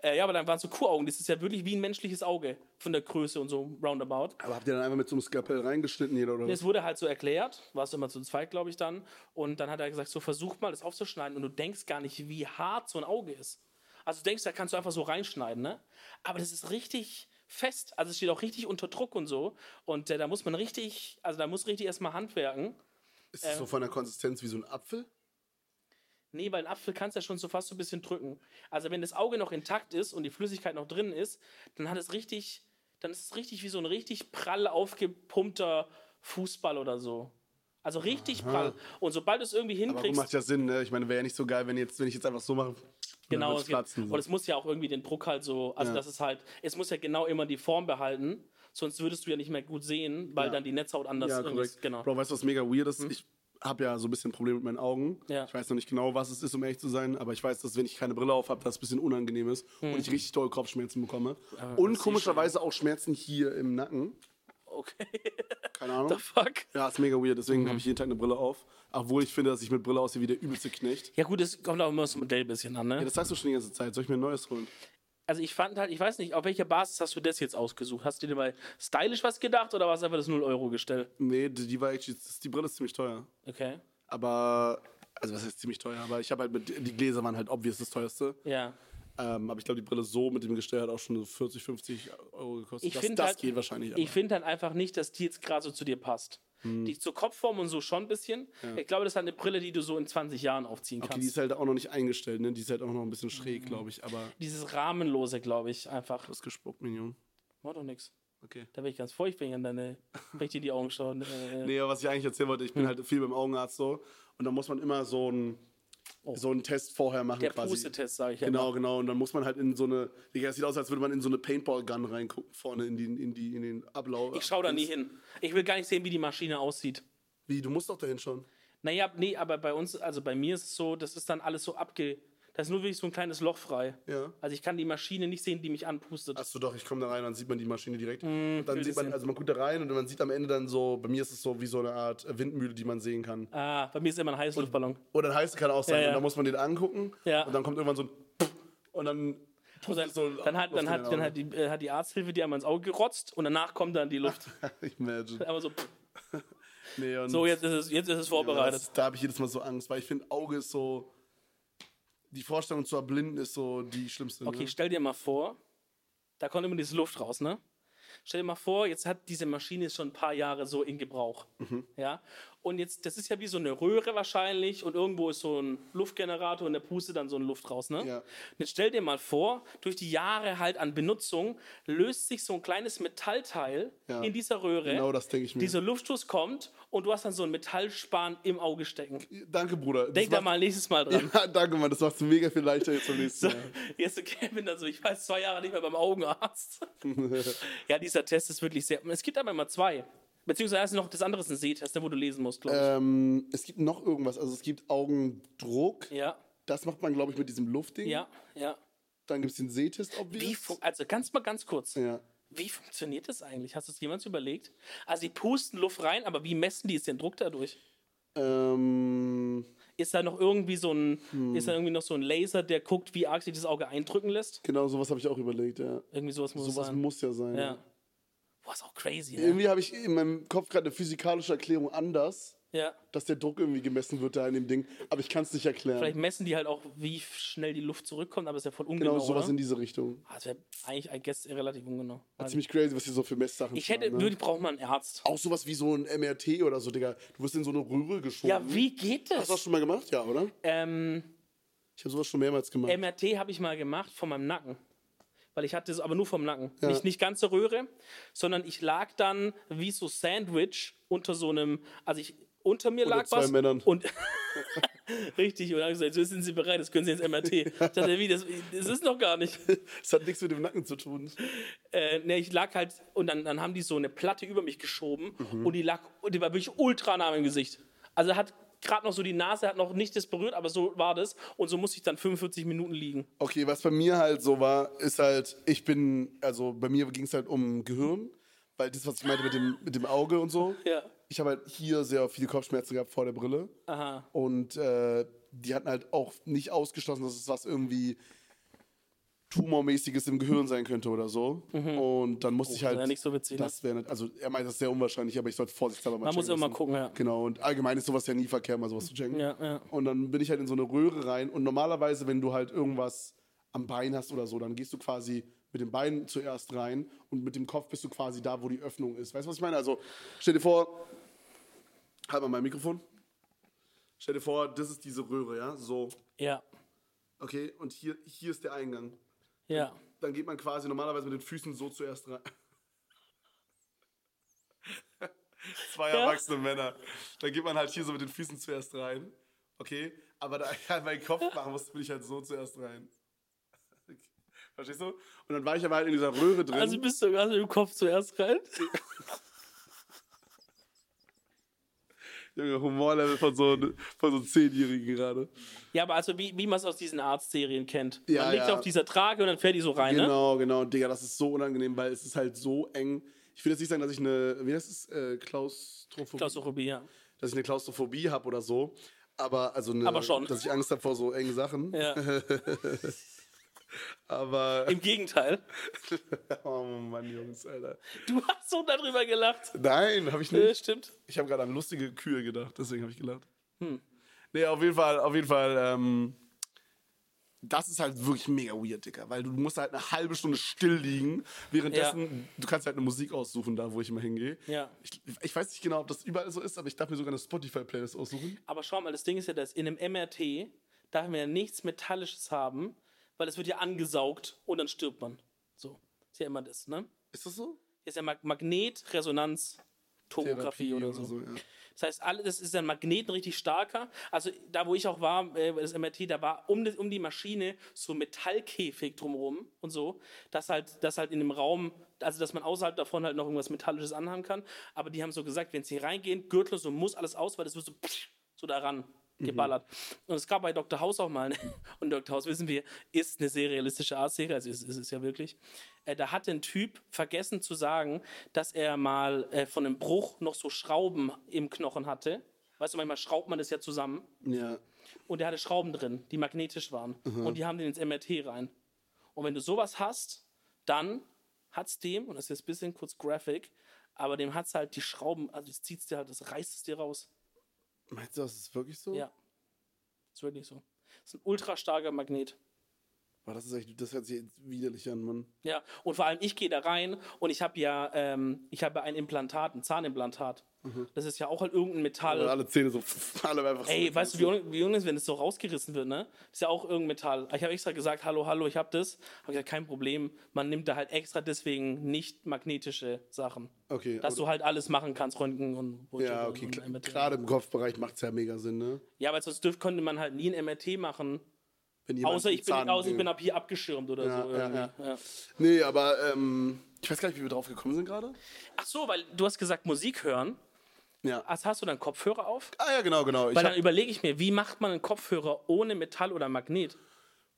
Äh, ja, aber dann waren so Kuhaugen. Das ist ja wirklich wie ein menschliches Auge von der Größe und so roundabout.
Aber habt ihr dann einfach mit so einem Skalpell reingeschnitten jeder oder was?
Es wurde halt so erklärt, war es immer zu zweit, glaube ich, dann. Und dann hat er gesagt, so versuch mal, das aufzuschneiden. Und du denkst gar nicht, wie hart so ein Auge ist. Also du denkst, da kannst du einfach so reinschneiden, ne? Aber das ist richtig fest. Also es steht auch richtig unter Druck und so. Und äh, da muss man richtig, also da muss richtig erstmal handwerken.
Ist
äh,
das so von der Konsistenz wie so ein Apfel?
Nee, weil einen Apfel kannst du ja schon so fast so ein bisschen drücken. Also wenn das Auge noch intakt ist und die Flüssigkeit noch drin ist, dann hat es richtig, dann ist es richtig wie so ein richtig prall aufgepumpter Fußball oder so. Also richtig prall. Und sobald du es irgendwie
Aber warum
hinkriegst,
macht ja Sinn, ne? Ich meine, wäre ja nicht so geil, wenn, jetzt, wenn ich jetzt einfach so mache.
genau, es
es
geht-
platzen. So.
und es muss ja auch irgendwie den Druck halt so, also
Ja.
das ist halt, es muss ja genau immer die Form behalten, sonst würdest du ja nicht mehr gut sehen, weil
Ja.
dann die Netzhaut anders
ja,
irgendwie ist.
korrekt.
Genau. Hm?
Bro, weißt du, was mega weird ist? Ich habe ja so ein bisschen Probleme mit meinen Augen.
Ja.
Ich weiß noch nicht genau, was es ist, um ehrlich zu sein, aber ich weiß, dass wenn ich keine Brille auf habe, das ein bisschen unangenehm ist
Hm.
und ich richtig doll Kopfschmerzen bekomme.
eh
und komischerweise auch Schmerzen hier im Nacken.
Okay.
Keine Ahnung.
The Mhm. fuck.
Ja, ist mega weird, deswegen habe ich jeden Tag eine Brille auf. Obwohl ich finde, dass ich mit Brille aussehe wie der übelste Knecht.
Ja gut, es kommt auch immer das Modell ein bisschen an, ne?
Ja, das sagst du schon die ganze Zeit. Soll ich mir ein neues holen?
Also ich fand halt, ich weiß nicht, auf welcher Basis hast du das jetzt ausgesucht? Hast du dir mal stylisch was gedacht oder war es einfach das 0-Euro-Gestell?
Nee, die, die war actually, das- die Brille ist ziemlich teuer.
Okay.
Aber, also was heißt ziemlich teuer? Aber ich habe halt mit, die Gläser waren halt obvious das teuerste.
Ja.
Ähm, aber ich glaube, die Brille so mit dem Gestell hat auch schon so 40, 50 Euro gekostet.
Ich
das
finde
das
halt,
geht wahrscheinlich. Hm.
Ich finde halt einfach nicht, dass die jetzt gerade so zu dir passt. Die zur Kopfform und so schon ein bisschen. Ich glaube, das ist halt eine Brille, die du so in 20 Jahren aufziehen
aber. Okay, die
kannst.
ist halt auch noch nicht eingestellt, ne? Die ist halt auch noch ein bisschen schräg, glaube ich. Aber
Dieses Rahmenlose, glaube ich, einfach.
was gespuckt, Minion.
War doch nix.
Okay.
Da bin ich ganz feucht, wenn ich an deine, wenn ich dir in die Augen schaue. Äh,
Nee, aber was ich eigentlich erzählen wollte, ich bin
Hm.
halt viel beim Augenarzt so. Und da muss man immer so einen, so einen Test vorher machen
Oh. der
quasi.
Pustetest, sage ich
Genau, genau. Und dann muss man halt in so eine. Digga, es sieht aus, als würde man in so eine Paintball-Gun reingucken, vorne in, die, in, die, in den Ablauf.
Ich schaue da nie hin. Ich will gar nicht sehen, wie die Maschine aussieht.
Wie, du musst doch dahin schauen.
Naja, nee, aber bei uns, also bei mir ist es so, das ist dann alles so abge. Da ist nur wirklich so ein kleines Loch frei.
Ja.
Also ich kann die Maschine nicht sehen, die mich anpustet.
Achso, doch, ich komme da rein, dann sieht man die Maschine direkt.
Hm,
dann sieht man,
sehen.
also man guckt da rein und man sieht am Ende dann so, bei mir ist es so wie so eine Art Windmühle, die man sehen kann.
Ah, bei mir ist immer ein Heißluftballon.
Oder ein heiß kann auch sein.
Ja, ja.
Und dann muss man den angucken
Ja.
und dann kommt irgendwann so ein und dann
Und dann,
so
dann, hat, dann,
Luft in
hat,
den
dann hat, die, äh, hat die Arzthilfe die einmal ins Auge gerotzt und danach kommt dann die Luft.
Augen. Imagine.
Einmal so, pff.
Nee, und
so jetzt ist es, jetzt ist es vorbereitet.
Das, da habe ich jedes Mal so Angst, weil ich finde, Auge ist so. Die Vorstellung zu erblinden ist so die schlimmste.
Okay,
ne?
stell dir mal vor, da kommt immer diese Luft raus, ne? Stell dir mal vor, jetzt hat diese Maschine ist schon ein paar Jahre so in Gebrauch.
Mhm.
Ja? Und jetzt, das ist ja wie so eine Röhre wahrscheinlich und irgendwo ist so ein Luftgenerator und der pustet dann so eine Luft raus, ne?
Ja.
Und jetzt stell dir mal vor, durch die Jahre halt an Benutzung löst sich so ein kleines Metallteil
Ja.
in dieser Röhre.
Genau das denk ich mir.
Dieser Luftstoß kommt und du hast dann so einen Metallspan im Auge stecken.
Danke, Bruder. Das
Denk da
macht-
mal nächstes Mal dran.
Ja, danke, Mann. Das macht es mega viel leichter jetzt beim nächsten
So,
Mal.
jetzt so Kevin, also ich war jetzt zwei Jahre nicht mehr beim Augenarzt. ja, dieser Test ist wirklich sehr. Es gibt aber immer zwei. Beziehungsweise hast du noch das andere ist ein Sehtest, ne, wo du lesen musst, glaube ich.
Ähm, es gibt noch irgendwas. Also es gibt Augendruck.
Ja,
Das macht man, glaube ich, mit diesem Luftding.
ja, ja.
Dann gibt es den Sehtest, obvious.
Wie fun- also ganz mal ganz kurz.
ja.
Wie funktioniert das eigentlich? Hast du es jemals überlegt? Also die pusten Luft rein, aber wie messen die jetzt den Druck dadurch?
ähm,
Ist da noch irgendwie so ein,
Hm.
ist da irgendwie noch so ein Laser, der guckt, wie arg sich das Auge eindrücken lässt?
genau, sowas habe ich auch überlegt, ja.
Irgendwie sowas muss es
Sowas
sein.
muss ja sein.
ja. Boah, ist auch crazy, ne?
Irgendwie habe ich in meinem Kopf gerade eine physikalische Erklärung anders.
Ja.
dass der Druck irgendwie gemessen wird da in dem Ding. Aber ich kann es nicht erklären.
Vielleicht messen die halt auch, wie schnell die Luft zurückkommt, aber ist ja voll
genau
ungenau. Genau,
sowas
oder?
in diese Richtung.
Ah, Das wäre eigentlich, I guess, relativ ungenau.
Ziemlich crazy, was hier so für Messsachen
Ich hätte,
fahren, ne?
würde, braucht man einen Arzt.
Auch sowas wie so ein MRT oder so, Digga. Du wirst in so eine Röhre geschoben.
Ja, wie
Hast
geht
du das
das?
schon mal gemacht? Ja, oder?
Ähm,
Ich habe sowas schon mehrmals gemacht.
MRT habe ich mal gemacht von meinem Nacken. Weil ich hatte es aber nur vom Nacken. Nicht, nicht ganze Röhre, sondern ich lag dann wie so Sandwich unter so einem, also ich, unter mir lag
zwei
was.
Männern.
Und richtig, und dann hab ich gesagt, jetzt sind sie bereit, das können sie ins MRT. Ich dachte, wie, das, das ist noch gar nicht.
das hat nichts mit dem Nacken zu tun.
Äh, ne, ich lag halt, und dann, dann haben die so eine Platte über mich geschoben
Mhm.
und die lag, und die war wirklich ultra nah im Gesicht. Also hat gerade noch so die Nase, hat noch nicht das berührt, aber so war das. Und so musste ich dann 45 Minuten liegen.
Okay, was bei mir halt so war, ist halt, ich bin, also bei mir ging es halt um Gehirn, weil das, was ich meinte mit dem, mit dem Auge und so.
Ja.
Ich habe halt hier sehr viele Kopfschmerzen gehabt vor der Brille.
Aha.
Und äh, die hatten halt auch nicht ausgeschlossen, dass es was irgendwie Tumormäßiges im Gehirn sein könnte oder so. Und dann musste ich halt.
Mhm. wär nicht so witzig, ne?
Das wäre nicht, also er meint das ist sehr unwahrscheinlich, aber ich sollte vorsichtshalber mal
Man muss
checken
immer
lassen.
gucken, ja.
Genau, und allgemein ist sowas ja nie verkehrt, mal sowas zu checken.
Ja, ja.
Und dann bin ich halt in so eine Röhre rein. Und normalerweise, wenn du halt irgendwas am Bein hast oder so, dann gehst du quasi mit dem Bein zuerst rein und mit dem Kopf bist du quasi da, wo die Öffnung ist. Weißt du, was ich meine? Also stell dir vor, halt mal mein Mikrofon. Stell dir vor, das ist diese Röhre, ja? So.
Ja,
Okay, und hier, hier ist der Eingang.
ja.
Dann geht man quasi normalerweise mit den Füßen so zuerst rein. Zwei erwachsene Männer. Dann geht man halt hier so mit den Füßen zuerst rein. Okay, aber da ich halt meinen Kopf machen musste, bin ich halt so zuerst rein. Verstehst du? Und dann war ich aber halt in dieser Röhre drin.
Also bist du gerade im Kopf zuerst rein?
Junge, Humorlevel von so einem von so einem Zehnjährigen gerade.
Ja, aber also wie, wie man es aus diesen Arztserien kennt.
Ja,
man liegt
ja.
auf dieser Trage und dann fährt die so rein, ne?
Genau, genau, Digga, das ist so unangenehm, weil es ist halt so eng. Ich will jetzt nicht sagen, dass ich eine, wie heißt es, äh, Klaustrophobie?
Klaustrophobie, ja.
dass ich eine Klaustrophobie habe oder so. Aber, also eine,
Aber schon.
dass ich Angst habe vor so engen Sachen.
ja.
Aber,
Im Gegenteil.
oh Mann, Jungs, Alter.
Du hast so darüber gelacht.
Nein, habe ich
Äh,
nicht.
stimmt.
Ich habe gerade an lustige Kühe gedacht, deswegen habe ich gelacht.
Hm.
Nee, auf jeden Fall, auf jeden Fall, ähm, das ist halt wirklich mega weird, Digga, weil du musst halt eine halbe Stunde still liegen, währenddessen, du kannst halt eine Musik aussuchen, da wo ich immer hingehe.
Ja.
Ich, ich weiß nicht genau, ob das überall so ist, aber ich darf mir sogar eine Spotify-Playlist aussuchen.
Aber schau mal, das Ding ist ja, dass in einem MRT darf man ja nichts Metallisches haben, weil es wird ja angesaugt und dann stirbt man. So. Ist ja immer das, ne?
Ist das so?
Ist ja Mag Magnetresonanz. Tomographie
Therapie
oder so.
ja.
Das heißt, alle, das ist ein Magneten richtig starker. Also da, wo ich auch war, äh, das MRT, da war um, das, um die Maschine so ein Metallkäfig drumherum und so, dass halt, dass halt in dem Raum, also dass man außerhalb davon halt noch irgendwas Metallisches anhaben kann. Aber die haben so gesagt, wenn sie hier reingehen, Gürtel und so muss alles aus, weil das wird so, so daran geballert. Und es gab bei Dr. House auch mal, eine, und Dr. House wissen wir, ist eine serialistische Arztserie, also ist, ist es ja wirklich. Äh, da hat ein Typ vergessen zu sagen, dass er mal äh, von einem Bruch noch so Schrauben im Knochen hatte. Weißt du, manchmal schraubt man das ja zusammen.
Ja.
Und er hatte Schrauben drin, die magnetisch waren. Und die haben den ins MRT rein. Und wenn du sowas hast, dann hat's dem, und das ist jetzt ein bisschen kurz graphic, aber dem hat's halt die Schrauben, also das zieht's dir halt, das reißt es dir raus.
Meinst du, das ist wirklich so?
Ja. Ist wirklich so. Ist ein ultra starker Magnet.
Boah, das ist echt, das hört sich jetzt widerlich an, Mann.
Ja, und vor allem ich gehe da rein und ich habe ja, ähm, ich habe ja ein Implantat, ein Zahnimplantat.
Mhm.
Das ist ja auch halt irgendein Metall.
alle Zähne so, pff, alle einfach so.
Ey, weißt du, wie, un wie unangenehm, wenn das so rausgerissen wird, ne? Ist ja auch irgendein Metall. Ich habe extra gesagt, hallo, hallo, ich habe das. Hab gesagt, kein Problem. Man nimmt da halt extra deswegen nicht magnetische Sachen.
Okay,
Dass
aber-
du halt alles machen kannst, Röntgen und Bullshit
Ja,
und-
okay,
und
klar,
MRT.
gerade im Kopfbereich macht es ja mega Sinn, ne?
Ja, weil sonst dürf, könnte man halt nie ein MRT machen.
Wenn jemand
Außer ich, bin,
einen Zahn-
außer ich bin ab hier abgeschirmt oder
Ja,
so.
ja,
irgendwie.
ja.
Ja.
Nee, aber ähm, ich weiß gar nicht, wie wir drauf gekommen sind gerade.
Ach so, weil du hast gesagt, Musik hören.
Ja.
Also hast du dann Kopfhörer auf?
Ah ja, genau, genau. Ich
Weil
hab,
dann überlege ich mir, wie macht man einen Kopfhörer ohne Metall oder Magnet?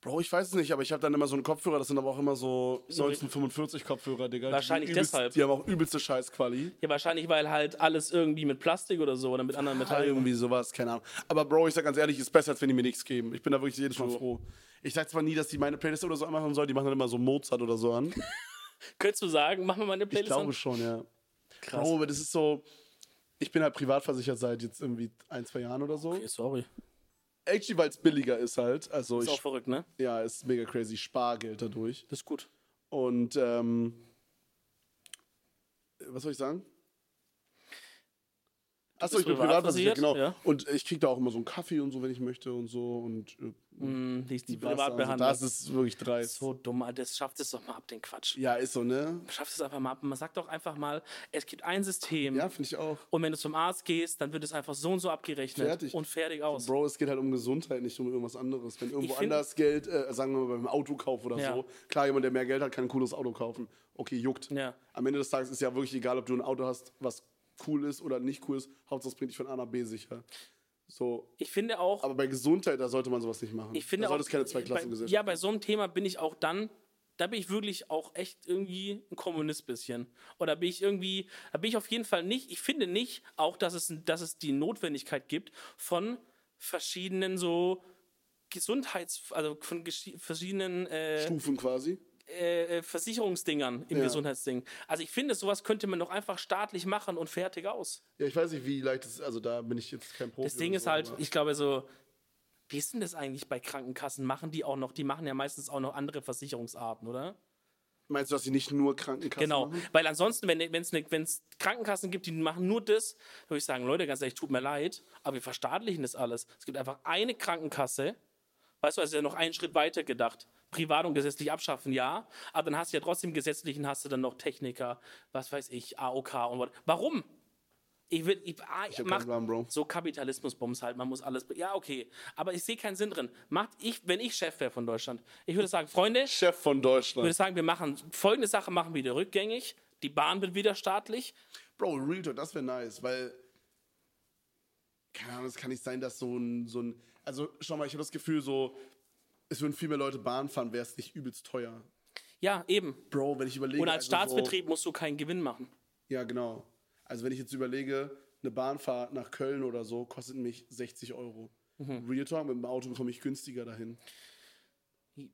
Bro, ich weiß es nicht, aber ich habe dann immer so einen Kopfhörer, das sind aber auch immer so 1945 Kopfhörer, Digga. Die
Wahrscheinlich
sind übelst,
deshalb.
Die haben auch übelste Scheißquali.
Ja, wahrscheinlich, weil halt alles irgendwie mit Plastik oder so oder mit anderen
Metall
Metallen.
irgendwie sowas, keine Ahnung. Aber Bro, ich sag ganz ehrlich, ist besser, als wenn die mir nichts geben. Ich bin da wirklich jedes Mal froh. Ich sag zwar nie, dass die meine Playlist oder so anmachen sollen, die machen dann immer so Mozart oder so an.
Könntest du sagen, machen wir mal eine
Ich
Playlist?
glaube
an?
schon, ja. Krass. aber das ist so. ich bin halt privat versichert seit jetzt irgendwie ein, zwei Jahren oder so.
Okay, sorry.
Actually, weil es billiger ist halt. Also
Ist auch
ich,
verrückt, ne?
ja, ist mega crazy. Ich spare Geld dadurch.
Das ist gut.
Und ähm, was soll ich sagen? Achso, ich
bist
bin
privat
privat versichert, genau.
versichert, ja.
Und ich kriege da auch immer so einen Kaffee und so, wenn ich möchte und so. Und äh,
Mm, die ist die
Wasser und so.
Privatbehandlung.
Das ist wirklich dreist.
so dumm, Alter. Das schafft es doch mal ab, den Quatsch.
Ja, ist so, ne?
Schafft es einfach mal ab. Man sagt doch einfach mal, es gibt ein System.
Ja, finde ich auch.
Und wenn du zum Arzt gehst, dann wird es einfach so und so abgerechnet.
Fertig.
Und fertig aus.
Bro, es geht halt um Gesundheit, nicht um irgendwas anderes. Wenn irgendwo
find-
anders Geld, äh, sagen wir mal beim Autokauf oder
Ja.
so, klar, jemand, der mehr Geld hat, kann ein cooles Auto kaufen. Okay, juckt.
Ja.
Am Ende des Tages ist ja wirklich egal, ob du ein Auto hast, was cool ist oder nicht cool ist. Hauptsache es bringt dich von A nach B sicher. So,
Ich finde auch,
aber bei Gesundheit, da sollte man sowas nicht machen.
ich
da
finde auch,
sollte
äh,
es keine
bei,
Zweiklassengesellschaft
ja, bei so einem Thema bin ich auch dann, da bin ich wirklich auch echt irgendwie ein Kommunist bisschen. Oder bin ich irgendwie, da bin ich auf jeden Fall nicht, ich finde nicht auch, dass es, dass es die Notwendigkeit gibt von verschiedenen so Gesundheits, also von geschi- verschiedenen äh,
Stufen quasi.
äh, Versicherungsdingern im
Ja.
Gesundheitsding. Also ich finde, sowas könnte man doch einfach staatlich machen und fertig aus.
Ja, ich weiß nicht, wie leicht es ist. Also da bin ich jetzt kein Profi.
Das Ding
oder
ist
so,
halt,
aber-
ich glaube so, wie ist denn das eigentlich bei Krankenkassen? Machen die auch noch, die machen ja meistens auch noch andere Versicherungsarten, oder?
Meinst du, dass sie nicht nur Krankenkassen
genau,
machen?
weil ansonsten, wenn es ne, wenn's Krankenkassen gibt, die machen nur das, würde ich sagen, Leute, ganz ehrlich, tut mir leid, aber wir verstaatlichen das alles. Es gibt einfach eine Krankenkasse, weißt du, also ist ja noch einen Schritt weiter gedacht. Privat und gesetzlich abschaffen, ja, aber dann hast du ja trotzdem gesetzlichen, hast du dann noch Techniker, was weiß ich, AOK und was. Warum? Ich will, ich, ah,
hab
mach-
keinen Plan, Bro.
so Kapitalismusbums halt, man muss alles, ja, okay, aber ich sehe keinen Sinn drin. Macht ich, wenn ich Chef wäre von Deutschland, ich würde sagen, Freunde,
Chef von
ich würde
Deutschland.
sagen, wir machen folgende Sache machen wir wieder rückgängig. Die Bahn wird wieder staatlich.
Bro, Real Talk, das wäre nice, weil. Keine Ahnung, es kann nicht sein, dass so ein. So ein also, schau mal, ich habe das Gefühl, so. Es würden viel mehr Leute Bahn fahren, wäre es nicht übelst teuer.
Ja, eben.
Bro, wenn ich überlege.
Und
also
als
so-
Staatsbetrieb musst du keinen Gewinn machen.
Ja, genau. Also wenn ich jetzt überlege, eine Bahnfahrt nach Köln oder so kostet mich 60 Euro.
Mhm.
Real Talk, mit dem Auto komme ich günstiger dahin.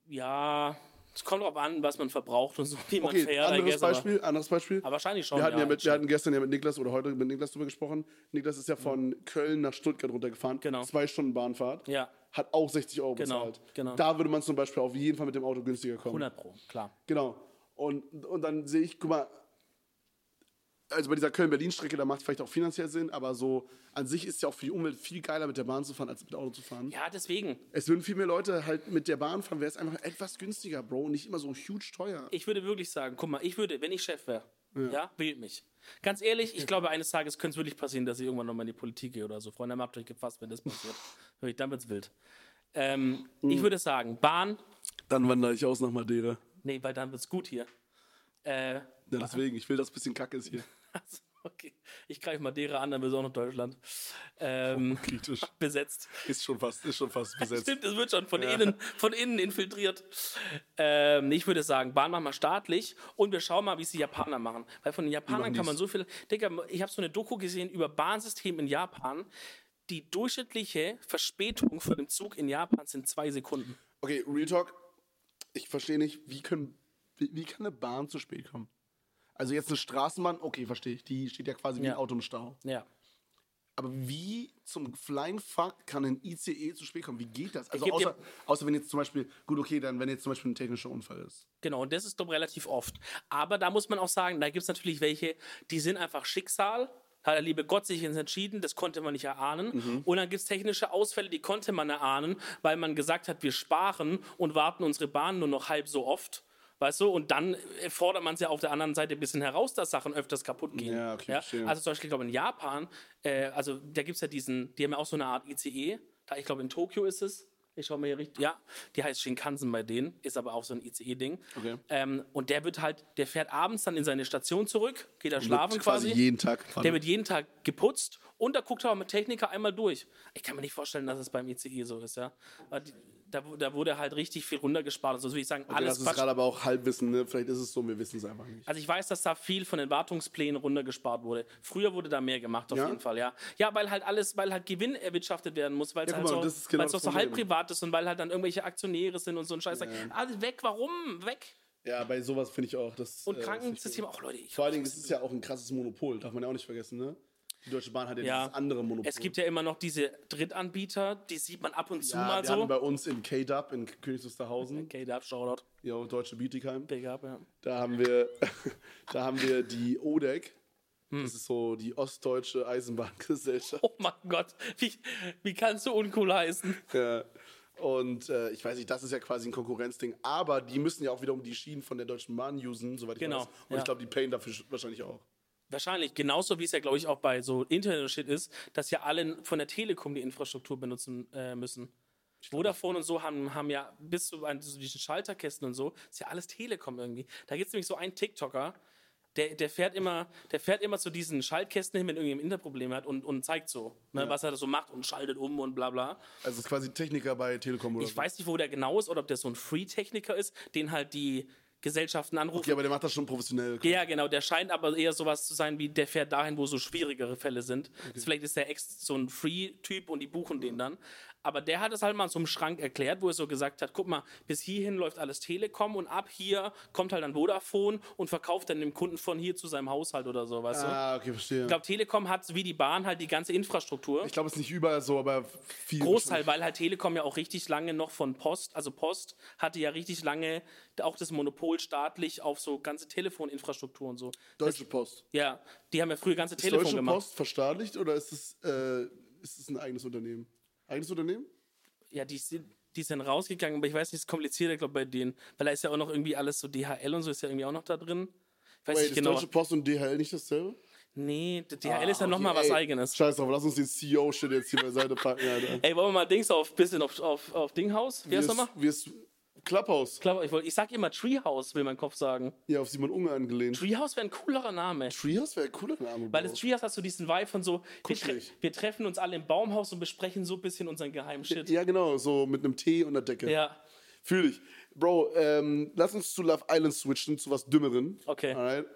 Ja, es kommt drauf an, was man verbraucht und so, wie man
Okay,
fährt. I
anderes
guess, aber-
Beispiel, anderes Beispiel.
Aber wahrscheinlich schon,
Wir hatten, ja,
ja,
mit, wir hatten gestern ja mit Niklas oder heute mit Niklas drüber gesprochen. Niklas ist ja von Köln nach Stuttgart runtergefahren.
Mhm. Genau.
Zwei Stunden Bahnfahrt.
Ja.
Hat auch 60 Euro
Genau,
bezahlt.
genau.
Da würde man zum Beispiel auf jeden Fall mit dem Auto günstiger kommen.
100 Pro, klar.
Genau. Und, und dann sehe ich, guck mal, also bei dieser Köln-Berlin-Strecke, da macht es vielleicht auch finanziell Sinn, aber so an sich ist ja auch für die Umwelt viel geiler, mit der Bahn zu fahren, als mit Auto zu fahren.
Ja, deswegen.
Es würden viel mehr Leute halt mit der Bahn fahren, wäre es einfach etwas günstiger, Bro, und nicht immer so huge teuer.
Ich würde wirklich sagen, guck mal, ich würde, wenn ich Chef wäre, ja. wählt mich. Ganz ehrlich, ich glaube, eines Tages könnte es wirklich passieren, dass ich irgendwann nochmal in die Politik gehe oder so. Freunde, habt euch gefasst, wenn das passiert. Wirklich, Dann wird's wild. Ähm,
Mhm.
Ich würde sagen, Bahn,
Dann wandere ich aus nach Madeira.
nee, weil dann wird's gut hier. Äh,
Ja, deswegen, ich will, dass ein bisschen kacke ist hier.
Also, okay. Ich greife Madeira an, dann ist auch noch Deutschland ähm,
Kritisch.
besetzt.
Ist schon fast, ist schon fast besetzt.
Stimmt, es wird schon von, innen, von innen infiltriert. Ähm, ich würde sagen, Bahn machen wir staatlich und wir schauen mal, wie es die Japaner machen. Weil von den Japanern kann man so viel. Digga, ich habe so eine Doku gesehen über Bahnsystem in Japan. Die durchschnittliche Verspätung von dem Zug in Japan sind zwei Sekunden.
Okay, Real Talk. Ich verstehe nicht, wie, können, wie, wie kann eine Bahn zu spät kommen? Also jetzt eine Straßenbahn, okay, verstehe ich. Die steht ja quasi wie
Ja.
ein Auto im Stau.
Ja.
Aber wie zum Flying Fuck kann ein ICE zu spät kommen? Wie geht das? Also
geb dir-
außer, außer wenn jetzt zum Beispiel, gut, okay, dann wenn jetzt zum Beispiel ein technischer Unfall ist.
Genau, und das ist doch relativ oft. Aber da muss man auch sagen, da gibt es natürlich welche, die sind einfach Schicksal. Hat der liebe Gott sich jetzt entschieden, das konnte man nicht erahnen.
Mhm.
Und dann gibt es technische Ausfälle, die konnte man erahnen, weil man gesagt hat, wir sparen und warten unsere Bahn nur noch halb so oft. Weißt du, und dann fordert man es ja auf der anderen Seite ein bisschen heraus, dass Sachen öfters kaputt gehen.
Ja, okay, verstehe.
Also zum Beispiel, ich glaube, in Japan, äh, also da gibt es ja diesen, die haben ja auch so eine Art ICE. Da, ich glaube, in Tokio ist es. Ich schaue mir hier richtig. Ja, die heißt Shinkansen bei denen, ist aber auch so ein ICE-Ding.
Okay.
Ähm, und der wird halt, der fährt abends dann in seine Station zurück, geht da schlafen
Wird
quasi.
jeden Tag. gefahren.
der wird jeden Tag geputzt und da guckt er auch mit Techniker einmal durch. Ich kann mir nicht vorstellen, dass es beim ICE so ist, ja. Aber die- Da, da wurde halt richtig viel runtergespart. Und so würde ich sagen,
okay,
alles
das ist
Quatsch.
gerade aber auch Halbwissen, ne? Vielleicht ist es so, wir wissen es einfach nicht.
Also ich weiß, dass da viel von den Wartungsplänen runtergespart wurde. Früher wurde da mehr gemacht, auf
Ja?
jeden Fall, ja. Ja, weil halt alles, weil halt Gewinn erwirtschaftet werden muss, weil es
Ja,
halt
guck mal, das
so,
ist genau
weil's
das
auch so halb
Problem.
privat ist und weil halt dann irgendwelche Aktionäre sind und so ein Scheiß. Also weg, warum? Weg.
Ja, bei sowas finde ich auch, das.
Und
äh, ist nicht
Krankensystem, auch Leute,
gut.
ich
Vor allen Dingen, es ist ja auch ein krasses Monopol, darf man ja auch nicht vergessen, ne? Die Deutsche Bahn hat ja,
Ja.
dieses andere Monopol.
Es gibt ja immer noch diese Drittanbieter, die sieht man ab und zu
ja,
mal
wir hatten bei
so.
uns in K-Dub in Königs Wusterhausen,
Okay, da Shoutout.
ja, Deutsche Bietigheim,
Big up, ja.
da haben wir, da haben wir die ODEC. Das ist so die ostdeutsche Eisenbahngesellschaft.
Hm. Oh mein Gott, wie, wie kannst du uncool heißen?
Ja. Und äh, ich weiß nicht, das ist ja quasi ein Konkurrenzding, aber die müssen ja auch wiederum die Schienen von der Deutschen Bahn usen, soweit ich
Genau,
weiß. Und
ja.
ich glaube, die payen dafür sch- wahrscheinlich auch.
Wahrscheinlich, genauso wie es ja, glaube ich, auch bei so Internet und Shit ist, dass ja alle von der Telekom die Infrastruktur benutzen äh, müssen. Vodafone und so haben, haben ja bis zu an- zu diesen Schalterkästen und so, ist ja alles Telekom irgendwie. Da gibt es nämlich so einen TikToker, der, der, fährt immer, der fährt immer zu diesen Schaltkästen hin, wenn irgendjemand Interprobleme hat und, und zeigt so, ne, was er da so macht und schaltet um und bla bla.
Also es ist quasi Techniker bei Telekom oder
Ich
so.
weiß nicht, wo der genau ist oder ob der so ein Free-Techniker ist, den halt die Gesellschaften anrufen.
Ja, aber der macht das schon professionell.
Ja, genau. Der scheint aber eher sowas zu sein, wie der fährt dahin, wo so schwierigere Fälle sind. Vielleicht ist der Ex so ein Free-Typ und die buchen den dann. Aber der hat es halt mal in so einem Schrank erklärt, wo er so gesagt hat, guck mal, bis hierhin läuft alles Telekom und ab hier kommt halt dann Vodafone und verkauft dann dem Kunden von hier zu seinem Haushalt oder so, weißt du?
Ah, okay, verstehe.
Ich glaube, Telekom hat wie die Bahn halt die ganze Infrastruktur.
Ich glaube, es ist nicht überall so, aber viel.
Großteil, weil halt Telekom ja auch richtig lange noch von Post, also Post hatte ja richtig lange auch das Monopol staatlich auf so ganze Telefoninfrastruktur und so.
Deutsche Post.
Ja, die haben ja früher ganze
Ist
Telefon
Deutsche
gemacht.
Post verstaatlicht oder ist es, äh, ist es ein eigenes Unternehmen? Eigenes Unternehmen?
Ja, die sind, die sind rausgegangen, aber ich weiß nicht, es ist komplizierter, glaube bei denen. Weil da ist ja auch noch irgendwie alles so DHL und so ist ja irgendwie auch noch da drin. Ich weiß
Wait,
nicht
ist
genau.
Deutsche Post und DHL nicht dasselbe?
Nee, d- DHL ist ja nochmal was
Ah, Ey,
eigenes.
Scheiß drauf, lass uns den CEO-Shit jetzt hier beiseite packen, Alter.
Ey, wollen wir mal Dings auf, bisschen auf, auf, auf Dinghaus? Wie heißt nochmal?
wir ist Clubhouse.
Klar, ich, wollt- ich sag immer Treehouse, will mein Kopf sagen.
Ja, auf Simon Unger angelehnt.
Treehouse wäre ein coolerer Name.
Treehouse wäre ein cooler Name.
Weil
Bro.
das Treehouse hast du diesen Vibe von so, wir, tre
Kuschelig.
wir treffen uns alle im Baumhaus und besprechen so ein bisschen unseren geheimen Shit.
ja, genau, so mit einem Tee und einer Decke.
Ja.
Fühl dich. Bro, ähm, lass uns zu Love Island switchen, zu was Dümmeren.
Okay.
Alright.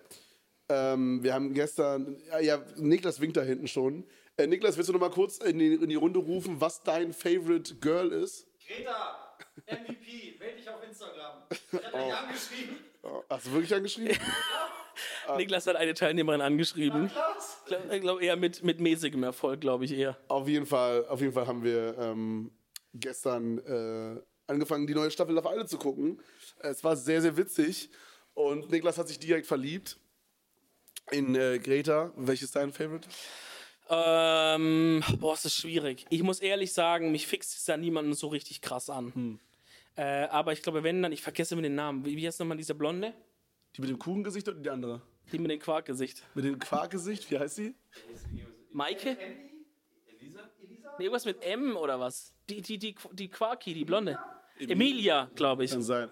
Ähm, wir haben gestern, ja, ja, Niklas winkt da hinten schon. Äh, Niklas, willst du noch mal kurz in die, in die Runde rufen, was dein Favorite Girl ist?
Greta, MVP, wähl dich auf Instagram. Ich hab dich angeschrieben.
Oh, Hast du wirklich angeschrieben?
Niklas hat eine Teilnehmerin angeschrieben.
Krass.
Ich glaube glaub eher mit, mit mäßigem Erfolg, glaube ich eher.
auf, jeden Fall, auf jeden Fall haben wir ähm, gestern äh, angefangen, die neue Staffel Love Island zu gucken. Es war sehr, sehr witzig. Und Niklas hat sich direkt verliebt in äh, Greta. Welches dein Favorite?
Ähm, boah, es ist schwierig. Ich muss ehrlich sagen, mich fixt es da niemanden so richtig krass an.
Hm.
Äh, aber ich glaube, wenn dann, ich vergesse immer den Namen. Wie wie heißt nochmal diese Blonde?
Die mit dem Kuchengesicht oder die andere?
Die mit dem Quarkgesicht.
Mit dem Quarkgesicht, wie heißt sie?
Maike? Nee, irgendwas mit M oder was? Die, die, die, die Quarki, die Blonde. Emilia, glaube ich.
Kann sein.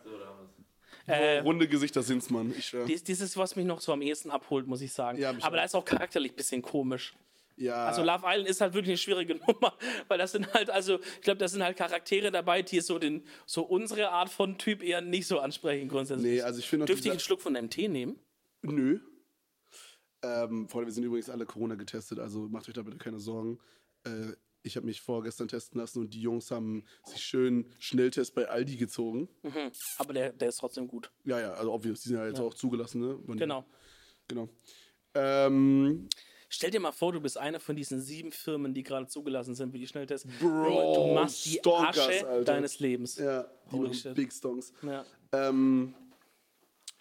Äh,
Runde Gesichter sind's, Mann. Ich schwör.
das, das ist, was mich noch so am ehesten abholt, muss ich sagen.
Ja, mich
aber da
auch.
ist auch charakterlich ein bisschen komisch.
Ja,
Also Love Island ist halt wirklich eine schwierige Nummer, weil das sind halt, also ich glaube, das sind halt Charaktere dabei, die so den, so unsere Art von Typ eher nicht so ansprechen grundsätzlich.
nee, also ich finde
Dürfte ich einen Schluck von deinem Tee nehmen?
Nö. Ähm, Freunde, wir sind übrigens alle Corona getestet, also macht euch da bitte keine Sorgen. Äh, ich habe mich vorgestern testen lassen und die Jungs haben sich schön Schnelltest bei Aldi gezogen.
Aber der, der ist trotzdem gut.
Ja, ja, also obvious, die sind ja jetzt auch zugelassen, ne? Von-
Genau.
Genau. Ähm,
Stell dir mal vor, du bist einer von diesen sieben Firmen, die gerade zugelassen sind für die Schnelltests.
Bro,
du machst die
Stonkers,
Asche
Alter.
deines Lebens.
ja, die
Holy
machen
shit.
Big Stonks.
Ja.
Ähm,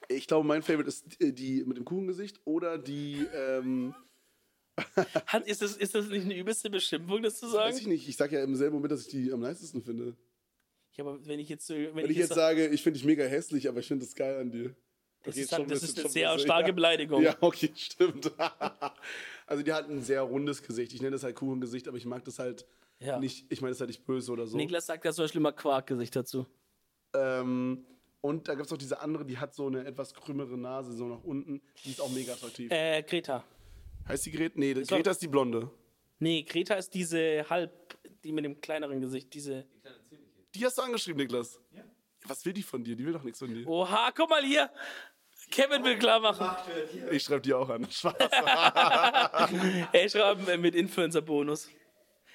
ich glaube, mein Favorite ist die, die mit dem Kuchengesicht oder die, ähm,
Hat, ist, das, ist das nicht eine übelste Beschimpfung, das zu
weiß ich
sagen?
nicht, ich sage ja im selben Moment, dass ich die am nicesten finde.
Ja, aber wenn ich jetzt, wenn
Wenn ich jetzt sage, ich finde dich mega hässlich, aber ich finde das geil an dir.
das
Okay,
ist,
schon
halt, das
bisschen,
ist eine
schon
sehr
bisschen,
starke
ja.
Beleidigung.
Ja, okay, stimmt. also die hat ein sehr rundes Gesicht. Ich nenne das halt Kuchengesicht, aber ich mag das halt
Ja.
nicht, ich meine das ist halt nicht böse oder so.
Niklas sagt ja so ein schlimmer Quarkgesicht dazu.
Ähm, und da gibt es noch diese andere, die hat so eine etwas krümmere Nase, so nach unten. Die ist auch mega attraktiv.
Äh, Greta.
heißt die Greta? Nee,
war-
Greta ist die Blonde.
Nee, Greta ist diese halb, die mit dem kleineren Gesicht, diese.
Die hast du angeschrieben, Niklas. Ja. Was will die von dir? Die will doch nichts von dir.
Oha, guck mal hier! Kevin will klar machen.
Macht hört hier.
Ich schreibe die auch an. Spaß.
Hey, schreiben äh, mit Influencer-Bonus.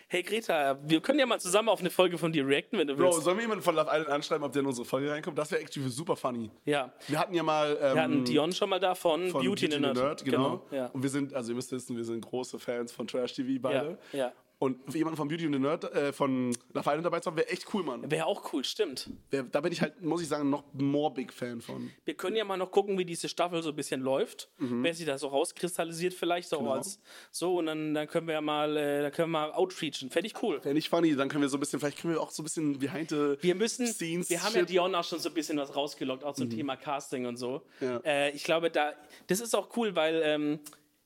hey Greta, wir können ja mal zusammen auf eine Folge von dir reacten, wenn du
Bro,
willst.
sollen wir jemanden von Love Island anschreiben, ob der in unsere Folge reinkommt? Das wäre actually super funny.
Ja.
Wir hatten ja mal. Ähm,
Wir hatten Dion schon mal da von,
von
Beauty in the Nerd.
genau.
ja.
Und wir sind, also ihr müsst wissen, wir sind große Fans von Trash TV beide.
Ja, ja.
Und jemanden von Beauty and the Nerd, äh, von Love Island dabei zu haben, wäre echt cool, Mann.
Wäre auch cool, stimmt.
Wär- Da bin ich halt, muss ich sagen, noch more big Fan von.
Wir können ja mal noch gucken, wie diese Staffel so ein bisschen läuft. Wer sich da so rauskristallisiert, vielleicht auch als so. Und dann, dann können wir ja mal, äh, da können wir mal outreachen. Fände ich cool.
Wäre nicht funny, dann können wir so ein bisschen, vielleicht können wir auch so ein bisschen behind the
Wir müssen,
Scenes
wir haben ja
shit. Mhm.
Dion auch schon so ein bisschen was rausgelockt, auch zum Thema Casting und so.
Ja.
Äh, ich glaube, da, das ist auch cool, weil ähm,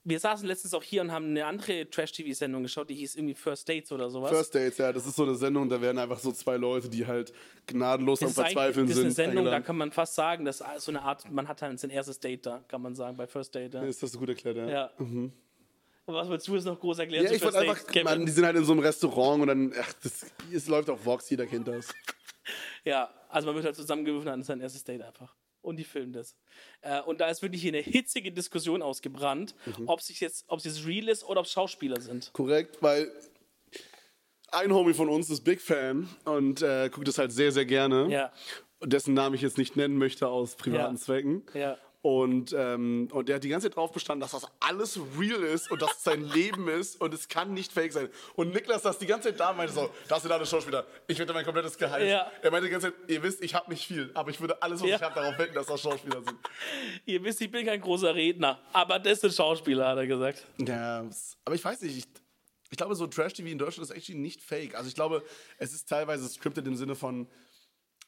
wir saßen letztens auch hier und haben eine andere Trash-TV-Sendung geschaut, die hieß irgendwie First Dates oder sowas.
First Dates, ja, das ist so eine Sendung, da werden einfach so zwei Leute, die halt gnadenlos am
das ist, eigentlich-
Verzweifeln
das ist eine
sind.
Sendung, da
eingeladen.
kann man fast sagen, das ist so eine Art, man hat halt sein erstes Date da, kann man sagen, bei First Date. Ja.
ist das so gut erklärt, ja.
Ja. Und was willst du jetzt noch groß erklären?
Ja,
zu
ich wollte
First
einfach,
Dates, Kevin?
Mann, die sind halt in so einem Restaurant und dann, ach, das, es läuft auf Vox, jeder kennt das.
Ja, also man wird halt zusammengerufen an sein erstes Date einfach. Und die filmen das. Äh, und da ist wirklich hier eine hitzige Diskussion ausgebrannt,
Mhm.
ob es jetzt, ob es jetzt real ist oder ob es Schauspieler sind.
Korrekt, weil ein Homie von uns ist Big Fan und äh, guckt das halt sehr, sehr gerne.
Ja.
Und Dessen Namen ich jetzt nicht nennen möchte aus privaten
Ja.
Zwecken.
Ja.
Und, ähm, und der hat die ganze Zeit drauf bestanden, dass das alles real ist und dass es sein Leben ist und es kann nicht fake sein. Und Niklas saß die ganze Zeit da und meinte so, das sind alle Schauspieler. Ich wette mein komplettes Gehalt.
Ja.
Er meinte die ganze Zeit, ihr wisst, ich habe nicht viel, aber ich würde alles, was
Ja.
ich habe, darauf wetten, dass das Schauspieler sind.
Ihr wisst, ich bin kein großer Redner, aber das sind Schauspieler, hat er gesagt.
Ja, s- aber ich weiß nicht. Ich, ich glaube, so Trash-TV in Deutschland ist actually nicht fake. Also ich glaube, es ist teilweise scripted im Sinne von,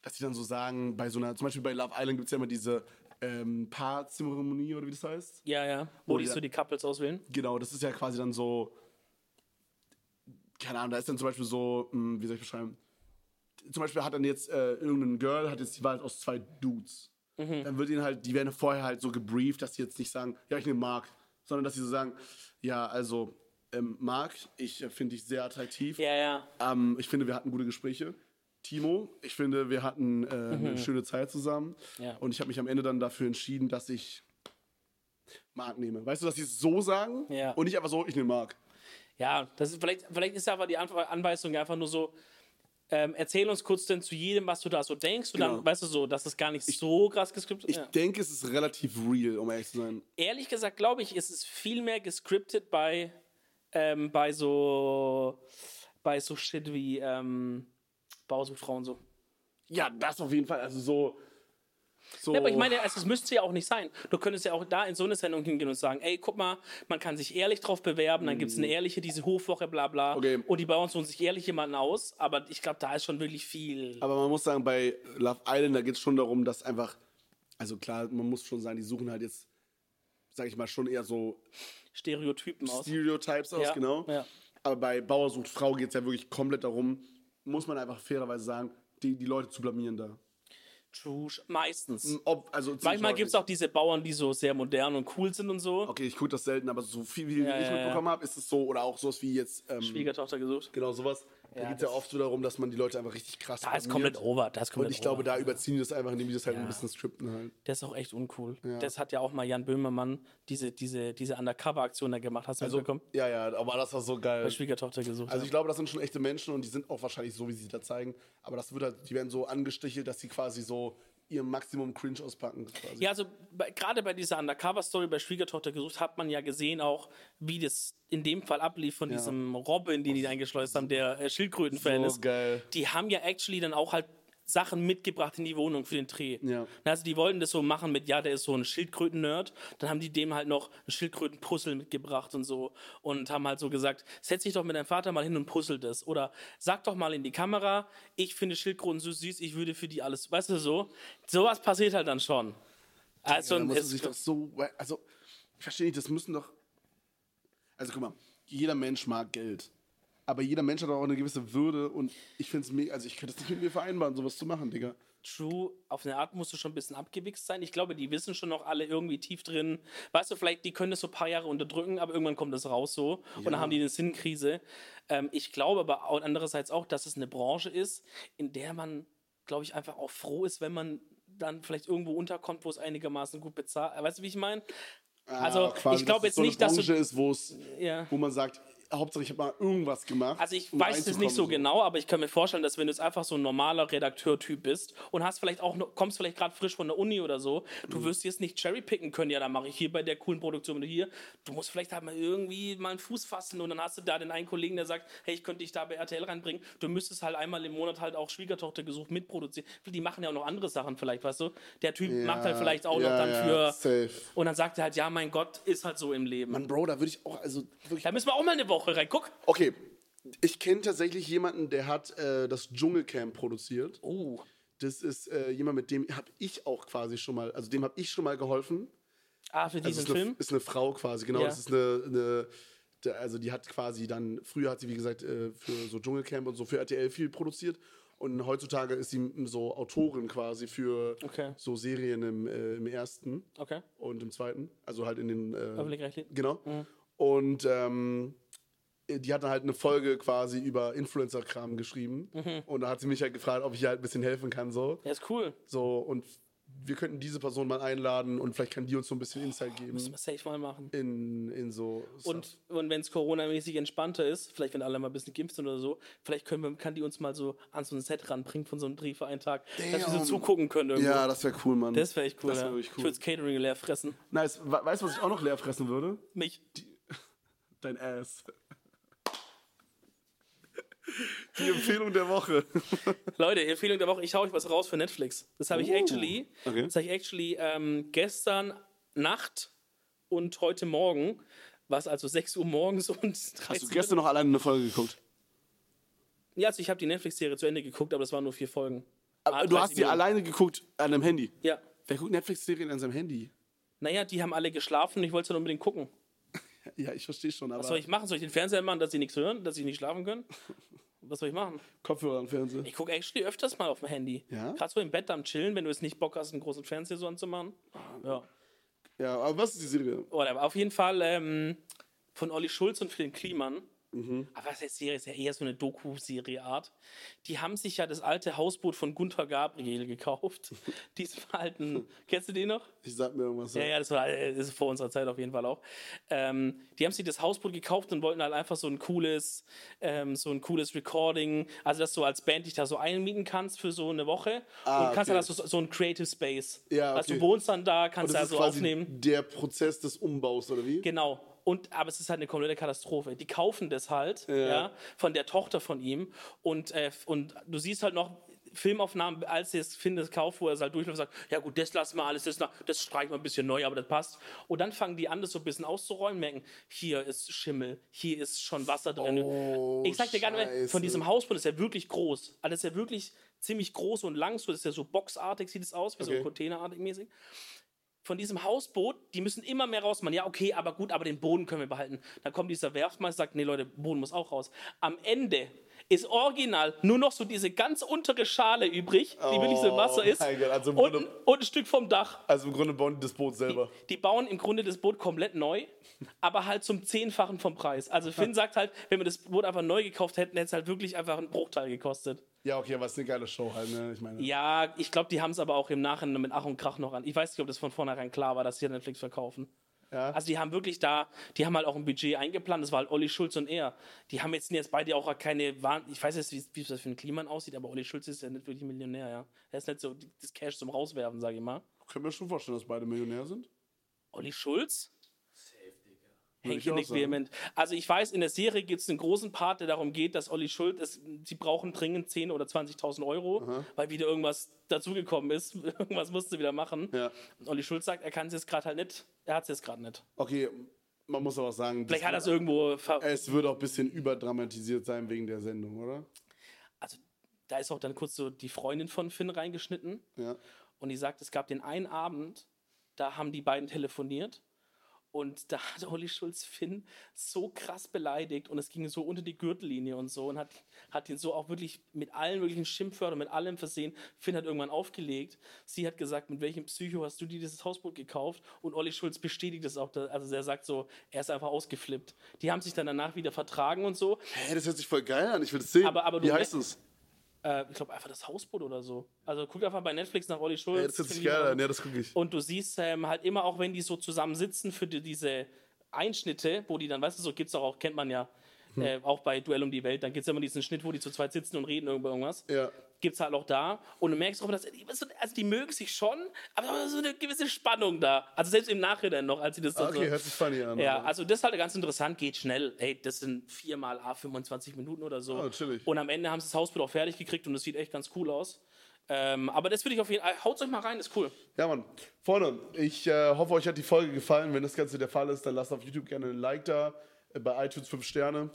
dass sie dann so sagen, bei so einer, zum Beispiel bei Love Island gibt es ja immer diese ähm, Paarzeremonie oder wie das heißt.
Ja, ja. Wo
Oh,
die
ja.
so die Couples auswählen.
Genau, das ist ja quasi dann so, keine Ahnung, da ist dann zum Beispiel so, hm, wie soll ich beschreiben? Zum Beispiel hat dann jetzt äh, irgendein Girl, hat jetzt die Wahl aus zwei Dudes. Dann wird ihnen halt, die werden vorher halt so gebrieft, dass sie jetzt nicht sagen, ja, ich nehme Mark, sondern dass sie so sagen, ja, also, ähm, Mark, ich äh, finde dich sehr attraktiv.
Ja, ja.
Ähm, ich finde, wir hatten gute Gespräche. Timo, ich finde, wir hatten äh, eine schöne Zeit zusammen.
Ja.
Und ich habe mich am Ende dann dafür entschieden, dass ich Marc nehme. Weißt du, dass sie es so sagen
Ja.
und nicht einfach so, ich nehme Marc.
Ja, das ist, vielleicht, vielleicht ist aber die Anf- Anweisung einfach nur so, ähm, erzähl uns kurz denn zu jedem, was du da so denkst. Und dann,
Genau.
weißt du so, dass es gar nicht so krass geskriptet
Ich
ist. Ja.
denke, es ist relativ real, um ehrlich zu sein.
ehrlich gesagt glaube ich, ist es viel mehr gescriptet bei, ähm, bei so bei so Shit wie ähm, Bausuchfrau und so.
Ja, das auf jeden Fall. Also so. so
Ja, aber ich meine, also, es müsste ja auch nicht sein. Du könntest ja auch da in so eine Sendung hingehen und sagen, ey, guck mal, man kann sich ehrlich drauf bewerben, dann gibt es eine ehrliche, diese Hofwoche, bla bla.
Okay.
Und die Bauern suchen sich ehrlich jemanden aus, aber ich glaube, da ist schon wirklich viel.
Aber man muss sagen, bei Love Island, da geht es schon darum, dass einfach. Also klar, man muss schon sagen, die suchen halt jetzt, sag ich mal, schon eher so
Stereotypen aus.
Stereotypes aus,
Ja,
genau.
ja.
Aber bei Bauer sucht Frau geht es ja wirklich komplett darum, muss man einfach fairerweise sagen, die, die Leute zu blamieren da.
True. Meistens.
Ob, also ziemlich
Manchmal
häufig.
gibt es auch diese Bauern, die so sehr modern und cool sind und so.
Okay, ich gucke das selten, aber so viel, wie ich
ja,
mitbekommen habe, ist es so. Oder auch sowas wie jetzt. Ähm,
Schwiegertochter gesucht.
genau, sowas. Da geht es ja oft so darum, dass man die Leute einfach richtig krass
Da ist
blamiert.
komplett over. Da ist komplett
Und ich glaube,
over.
da überziehen die das einfach, indem die das halt ein bisschen strippen halt.
Der ist auch echt uncool. Das hat ja auch mal Jan Böhmermann diese, diese, diese Undercover-Aktion da gemacht. Hast du
Also,
mitbekommen?
ja, ja, aber das war so geil.
Bei Schwiegertochter gesucht.
Also ich glaube, das sind schon echte Menschen und die sind auch wahrscheinlich so, wie sie da zeigen. Aber das wird halt, die werden so angestichelt, dass sie quasi so ihr Maximum Cringe auspacken. Quasi.
ja, also bei, gerade bei dieser Undercover-Story bei Schwiegertochter gesucht hat man ja gesehen auch, wie das in dem Fall ablief von diesem Robin, den die da eingeschleust haben, der äh, Schildkrötenfan
So
ist.
geil.
Die haben ja actually dann auch halt Sachen mitgebracht in die Wohnung für den Dreh.
Ja.
Also die wollten das so machen mit, ja, der ist so ein Schildkröten-Nerd. Dann haben die dem halt noch ein Schildkröten-Puzzle mitgebracht und so. Und haben halt so gesagt, setz dich doch mit deinem Vater mal hin und puzzle das. Oder sag doch mal in die Kamera, ich finde Schildkröten so süß, ich würde für die alles, weißt du so. Sowas passiert halt dann schon. Also
Da muss
es,
es sich doch so. Also, ich verstehe nicht, das müssen doch. Also, guck mal, jeder Mensch mag Geld. Aber jeder Mensch hat auch eine gewisse Würde und ich finde es mega. Also, ich könnte es nicht mit mir vereinbaren, sowas zu machen, Digga.
True, auf eine Art musst du schon ein bisschen abgewichst sein. Ich glaube, die wissen schon noch alle irgendwie tief drin. Weißt du, vielleicht, die können das so ein paar Jahre unterdrücken, aber irgendwann kommt das raus so und dann haben die eine Sinnkrise. Ähm, ich glaube aber au- andererseits auch, dass es eine Branche ist, in der man, glaube ich, einfach auch froh ist, wenn man dann vielleicht irgendwo unterkommt, wo es einigermaßen gut bezahlt. Weißt du, wie ich meine? Also,
Ah, quasi,
ich glaube
dass es
jetzt
so
nicht,
eine
dass du.
Branche ist, wo es,
Ja.
wo man sagt, Hauptsache, ich habe mal irgendwas gemacht.
Also ich
um
weiß es nicht so,
reinzukommen,
genau, aber ich kann mir vorstellen, dass wenn du jetzt einfach so ein normaler Redakteur-Typ bist und hast vielleicht auch, noch- kommst vielleicht gerade frisch von der Uni oder so,
Mhm.
du wirst jetzt nicht cherrypicken können, ja, da mache ich hier bei der coolen Produktion und hier. Du musst vielleicht halt mal irgendwie mal einen Fuß fassen und dann hast du da den einen Kollegen, der sagt, hey, ich könnte dich da bei RTL reinbringen. Du müsstest halt einmal im Monat halt auch Schwiegertochter gesucht mitproduzieren. Die machen ja auch noch andere Sachen vielleicht, weißt du? Der Typ macht halt vielleicht auch
ja,
noch dann
ja,
für...
safe.
Und dann sagt er halt, ja, mein Gott, ist halt so im Leben.
Mann, Bro, da würde ich auch, also wirklich.
Da müssen wir auch mal eine Woche rein. Guck.
Okay, ich kenne tatsächlich jemanden, der hat äh, das Dschungelcamp produziert.
Oh,
Das ist äh, jemand, mit dem habe ich auch quasi schon mal, also dem habe ich schon mal geholfen.
ah, für
Also
diesen
ist, eine,
Film?
ist eine Frau quasi, genau.
Ja.
Das ist eine, eine da- also die hat quasi dann, früher hat sie, wie gesagt, äh, für so Dschungelcamp und so für RTL viel produziert. Und heutzutage ist sie m- so Autorin quasi für
Okay.
so Serien im, äh, im ersten
Okay.
und im zweiten. Also halt in den. Äh,
Öffentlich-rechtlichen.
genau. Und ähm, die hat dann halt eine Folge quasi über Influencer-Kram geschrieben. Und da hat sie mich halt gefragt, ob ich ihr halt ein bisschen helfen kann. So.
Mhm. Ja, ist cool.
so und wir könnten diese Person mal einladen und vielleicht kann die uns so ein bisschen Insight geben
Müssen wir safe mal machen.
in, in so.
Und, und wenn es Corona-mäßig entspannter ist, vielleicht wenn alle mal ein bisschen geimpft sind oder so, vielleicht können wir, kann die uns mal so an so ein Set ranbringen von so einem Dreh für einen Tag, dass wir so
Damn.
zugucken können irgendwo.
ja, das wäre cool, Mann.
das wäre echt cool.
Das wäre
ja.
wirklich
Ich
cool.
würde das Catering leer fressen.
Nice. We- Weißt du, was ich auch noch leer fressen würde?
Mich.
Dein Ass. Die Empfehlung der Woche.
Leute, Empfehlung der Woche, ich hau euch was raus für Netflix. Das habe ich actually,
Oh. okay.
das habe ich actually ähm, gestern Nacht und heute Morgen, was also 6 Uhr morgens und 13
Hast du gestern noch alleine eine Folge geguckt?
Ja, also ich habe die Netflix-Serie zu Ende geguckt, aber das waren nur vier Folgen. Ah,
Aber du
30
hast die
Minuten.
alleine geguckt an deinem Handy.
Ja.
Wer guckt Netflix-Serien an seinem Handy?
Naja, die haben alle geschlafen, ich wollte es dann unbedingt gucken.
Ja, ich verstehe schon, aber
Was soll ich machen? Soll ich den Fernseher machen, dass sie nichts hören, dass sie nicht schlafen können? Was soll ich machen?
Kopfhörer am Fernseher.
Ich gucke actually öfters mal auf dem Handy.
Ja?
Gerade so im Bett am Chillen, wenn du es nicht Bock hast, einen großen Fernseher so anzumachen.
Ah.
Ja.
Ja, aber was ist die Serie?
Oder auf jeden Fall ähm, von Olli Schulz und Philipp Kliemann.
Mhm.
Aber was heißt Serie? Ist ja eher so eine Doku-Serie-Art. Die haben sich ja das alte Hausboot von Gunther Gabriel gekauft. Diesen alten. Kennst du den noch?
Ich sag mir irgendwas.
Ja, ja, das, war, äh, das ist vor unserer Zeit auf jeden Fall auch. Ähm, die haben sich das Hausboot gekauft und wollten halt einfach so ein cooles, ähm, so ein cooles Recording, also dass du als Band dich da so einmieten kannst für so eine Woche und kannst
Ah, okay.
dann also so, so ein Creative Space.
Ja,
Also du
okay.
wohnst dann da, kannst da
das ist
so
quasi
aufnehmen.
der Prozess des Umbaus, oder wie?
Genau. Und, aber es ist halt eine komplette Katastrophe. Die kaufen das halt, ja, von der Tochter von ihm. Und, äh, und du siehst halt noch Filmaufnahmen, als sie es finden, das kauft, wo er es halt durchläuft und sagt, ja gut, das lassen wir alles, das, na- das streichen wir ein bisschen neu, aber das passt. Und dann fangen die an, das so ein bisschen auszuräumen, merken, hier ist Schimmel, hier ist schon Wasser drin. ich sag dir gar nicht mehr, von
Oh, Scheiße.
diesem Hausboot ist ja wirklich groß. Also das ist ja wirklich ziemlich groß und lang, so das ist ja so boxartig sieht es aus, wie so
Okay.
ein Containerartig mäßig von diesem Hausboot, die müssen immer mehr raus. Man, ja, okay, aber gut, aber den Boden können wir behalten. Dann kommt dieser Werftmeister, sagt, nee, Leute, Boden muss auch raus. Am Ende ist original nur noch so diese ganz untere Schale übrig, die wirklich so im Wasser ist.
mein Gott, also im
und,
Grunde-
und ein Stück vom Dach.
Also im Grunde bauen die das Boot selber.
Die bauen im Grunde das Boot komplett neu, aber halt zum Zehnfachen vom Preis. Also Finn sagt halt, wenn wir das Boot einfach neu gekauft hätten, hätte es halt wirklich einfach einen Bruchteil gekostet.
Ja, okay, aber es ist eine geile Show halt, ne? Ich meine.
Ja, ich glaube, die haben es aber auch im Nachhinein mit Ach und Krach noch an. Ich weiß nicht, ob das von vornherein klar war, dass sie Netflix verkaufen. Also die haben wirklich da, die haben halt auch ein Budget eingeplant, das war halt Olli Schulz und er. Die haben jetzt, sind jetzt beide auch keine, Wahn- ich weiß jetzt, wie, wie das für einen Kliman aussieht, aber Olli Schulz ist ja nicht wirklich Millionär, ja. Er ist nicht so die- das Cash zum Rauswerfen, sage ich mal.
Können wir schon vorstellen, dass beide Millionär sind?
Olli Schulz?
Würde ich
Henke
auch
nickt
sagen.
vehement. Also ich weiß, in der Serie gibt es einen großen Part, der darum geht, dass Olli Schulz, es, sie brauchen dringend 10.000 oder 20.000 Euro, weil wieder irgendwas dazugekommen ist. irgendwas musste wieder machen.
Ja.
Und Olli Schulz sagt, er kann es jetzt gerade halt nicht. Er hat es jetzt gerade nicht.
Okay, man muss aber auch sagen,
Vielleicht hat er es irgendwo ver
es wird auch ein bisschen überdramatisiert sein wegen der Sendung, oder?
Also da ist auch dann kurz so die Freundin von Finn reingeschnitten.
Ja.
Und die sagt, es gab den einen Abend, da haben die beiden telefoniert. Und da hat Olli Schulz Finn so krass beleidigt und es ging so unter die Gürtellinie und so und hat, hat ihn so auch wirklich mit allen möglichen Schimpfwörtern, mit allem versehen. Finn hat irgendwann aufgelegt. Sie hat gesagt, mit welchem Psycho hast du dir dieses Hausboot gekauft? Und Olli Schulz bestätigt das auch. da- Also er sagt so, er ist einfach ausgeflippt. Die haben sich dann danach wieder vertragen und so.
Hä, das hört sich voll geil an, ich will das sehen.
Aber- aber du
wie heißt
mer-
es?
Äh, ich glaube einfach das Hausboot oder so. Also guck einfach bei Netflix nach Olli Schulz.
Hä, das hört
Finn
sich geil
Kliman.
an, ja, das gucke ich.
Und du siehst ähm, halt immer auch, wenn die so zusammen sitzen für die, diese Einschnitte, wo die dann, weißt du, so gibt's doch auch, kennt man ja,
Hm.
Äh, auch bei Duell um die Welt, dann gibt es immer diesen Schnitt, wo die zu zweit sitzen und reden über irgendwas.
Ja.
Gibt es halt auch da. Und du merkst auch, dass also die mögen sich schon, aber da ist so eine gewisse Spannung da. Also selbst im Nachhinein noch, als sie das dann
Ah, Okay,
so.
hört sich funny an.
Ja, also das ist halt ganz interessant, geht schnell. Ey, das sind viermal A 25 Minuten oder so.
Ah, chillig.
Und am Ende haben sie das Hausbild auch fertig gekriegt und das sieht echt ganz cool aus. Ähm, aber das würde ich auf jeden Fall. Haut euch mal rein, ist cool.
Ja, Mann. Freunde, ich äh, hoffe, euch hat die Folge gefallen. Wenn das Ganze der Fall ist, dann lasst auf YouTube gerne ein Like da. Äh, Bei iTunes 5 Sterne.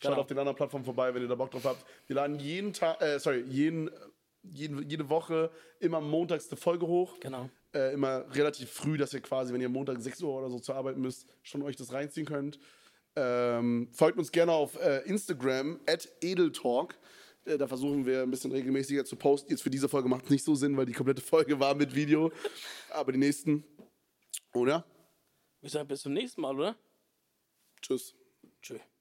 Schaut
Genau.
auf den anderen Plattformen vorbei, wenn ihr da Bock drauf habt. Wir laden jeden Tag, äh, sorry, jeden, jeden, jede Woche immer montags eine Folge hoch.
Genau.
Äh, immer relativ früh, dass ihr quasi, wenn ihr Montag 6 Uhr oder so zur Arbeit müsst, schon euch das reinziehen könnt. Ähm, folgt uns gerne auf äh, Instagram, at edeltalk. Äh, Da versuchen wir ein bisschen regelmäßiger zu posten. Jetzt für diese Folge macht es nicht so Sinn, weil die komplette Folge war mit Video. Aber die nächsten, oder?
Ich sage bis zum nächsten Mal, oder?
Tschüss.
Tschüss.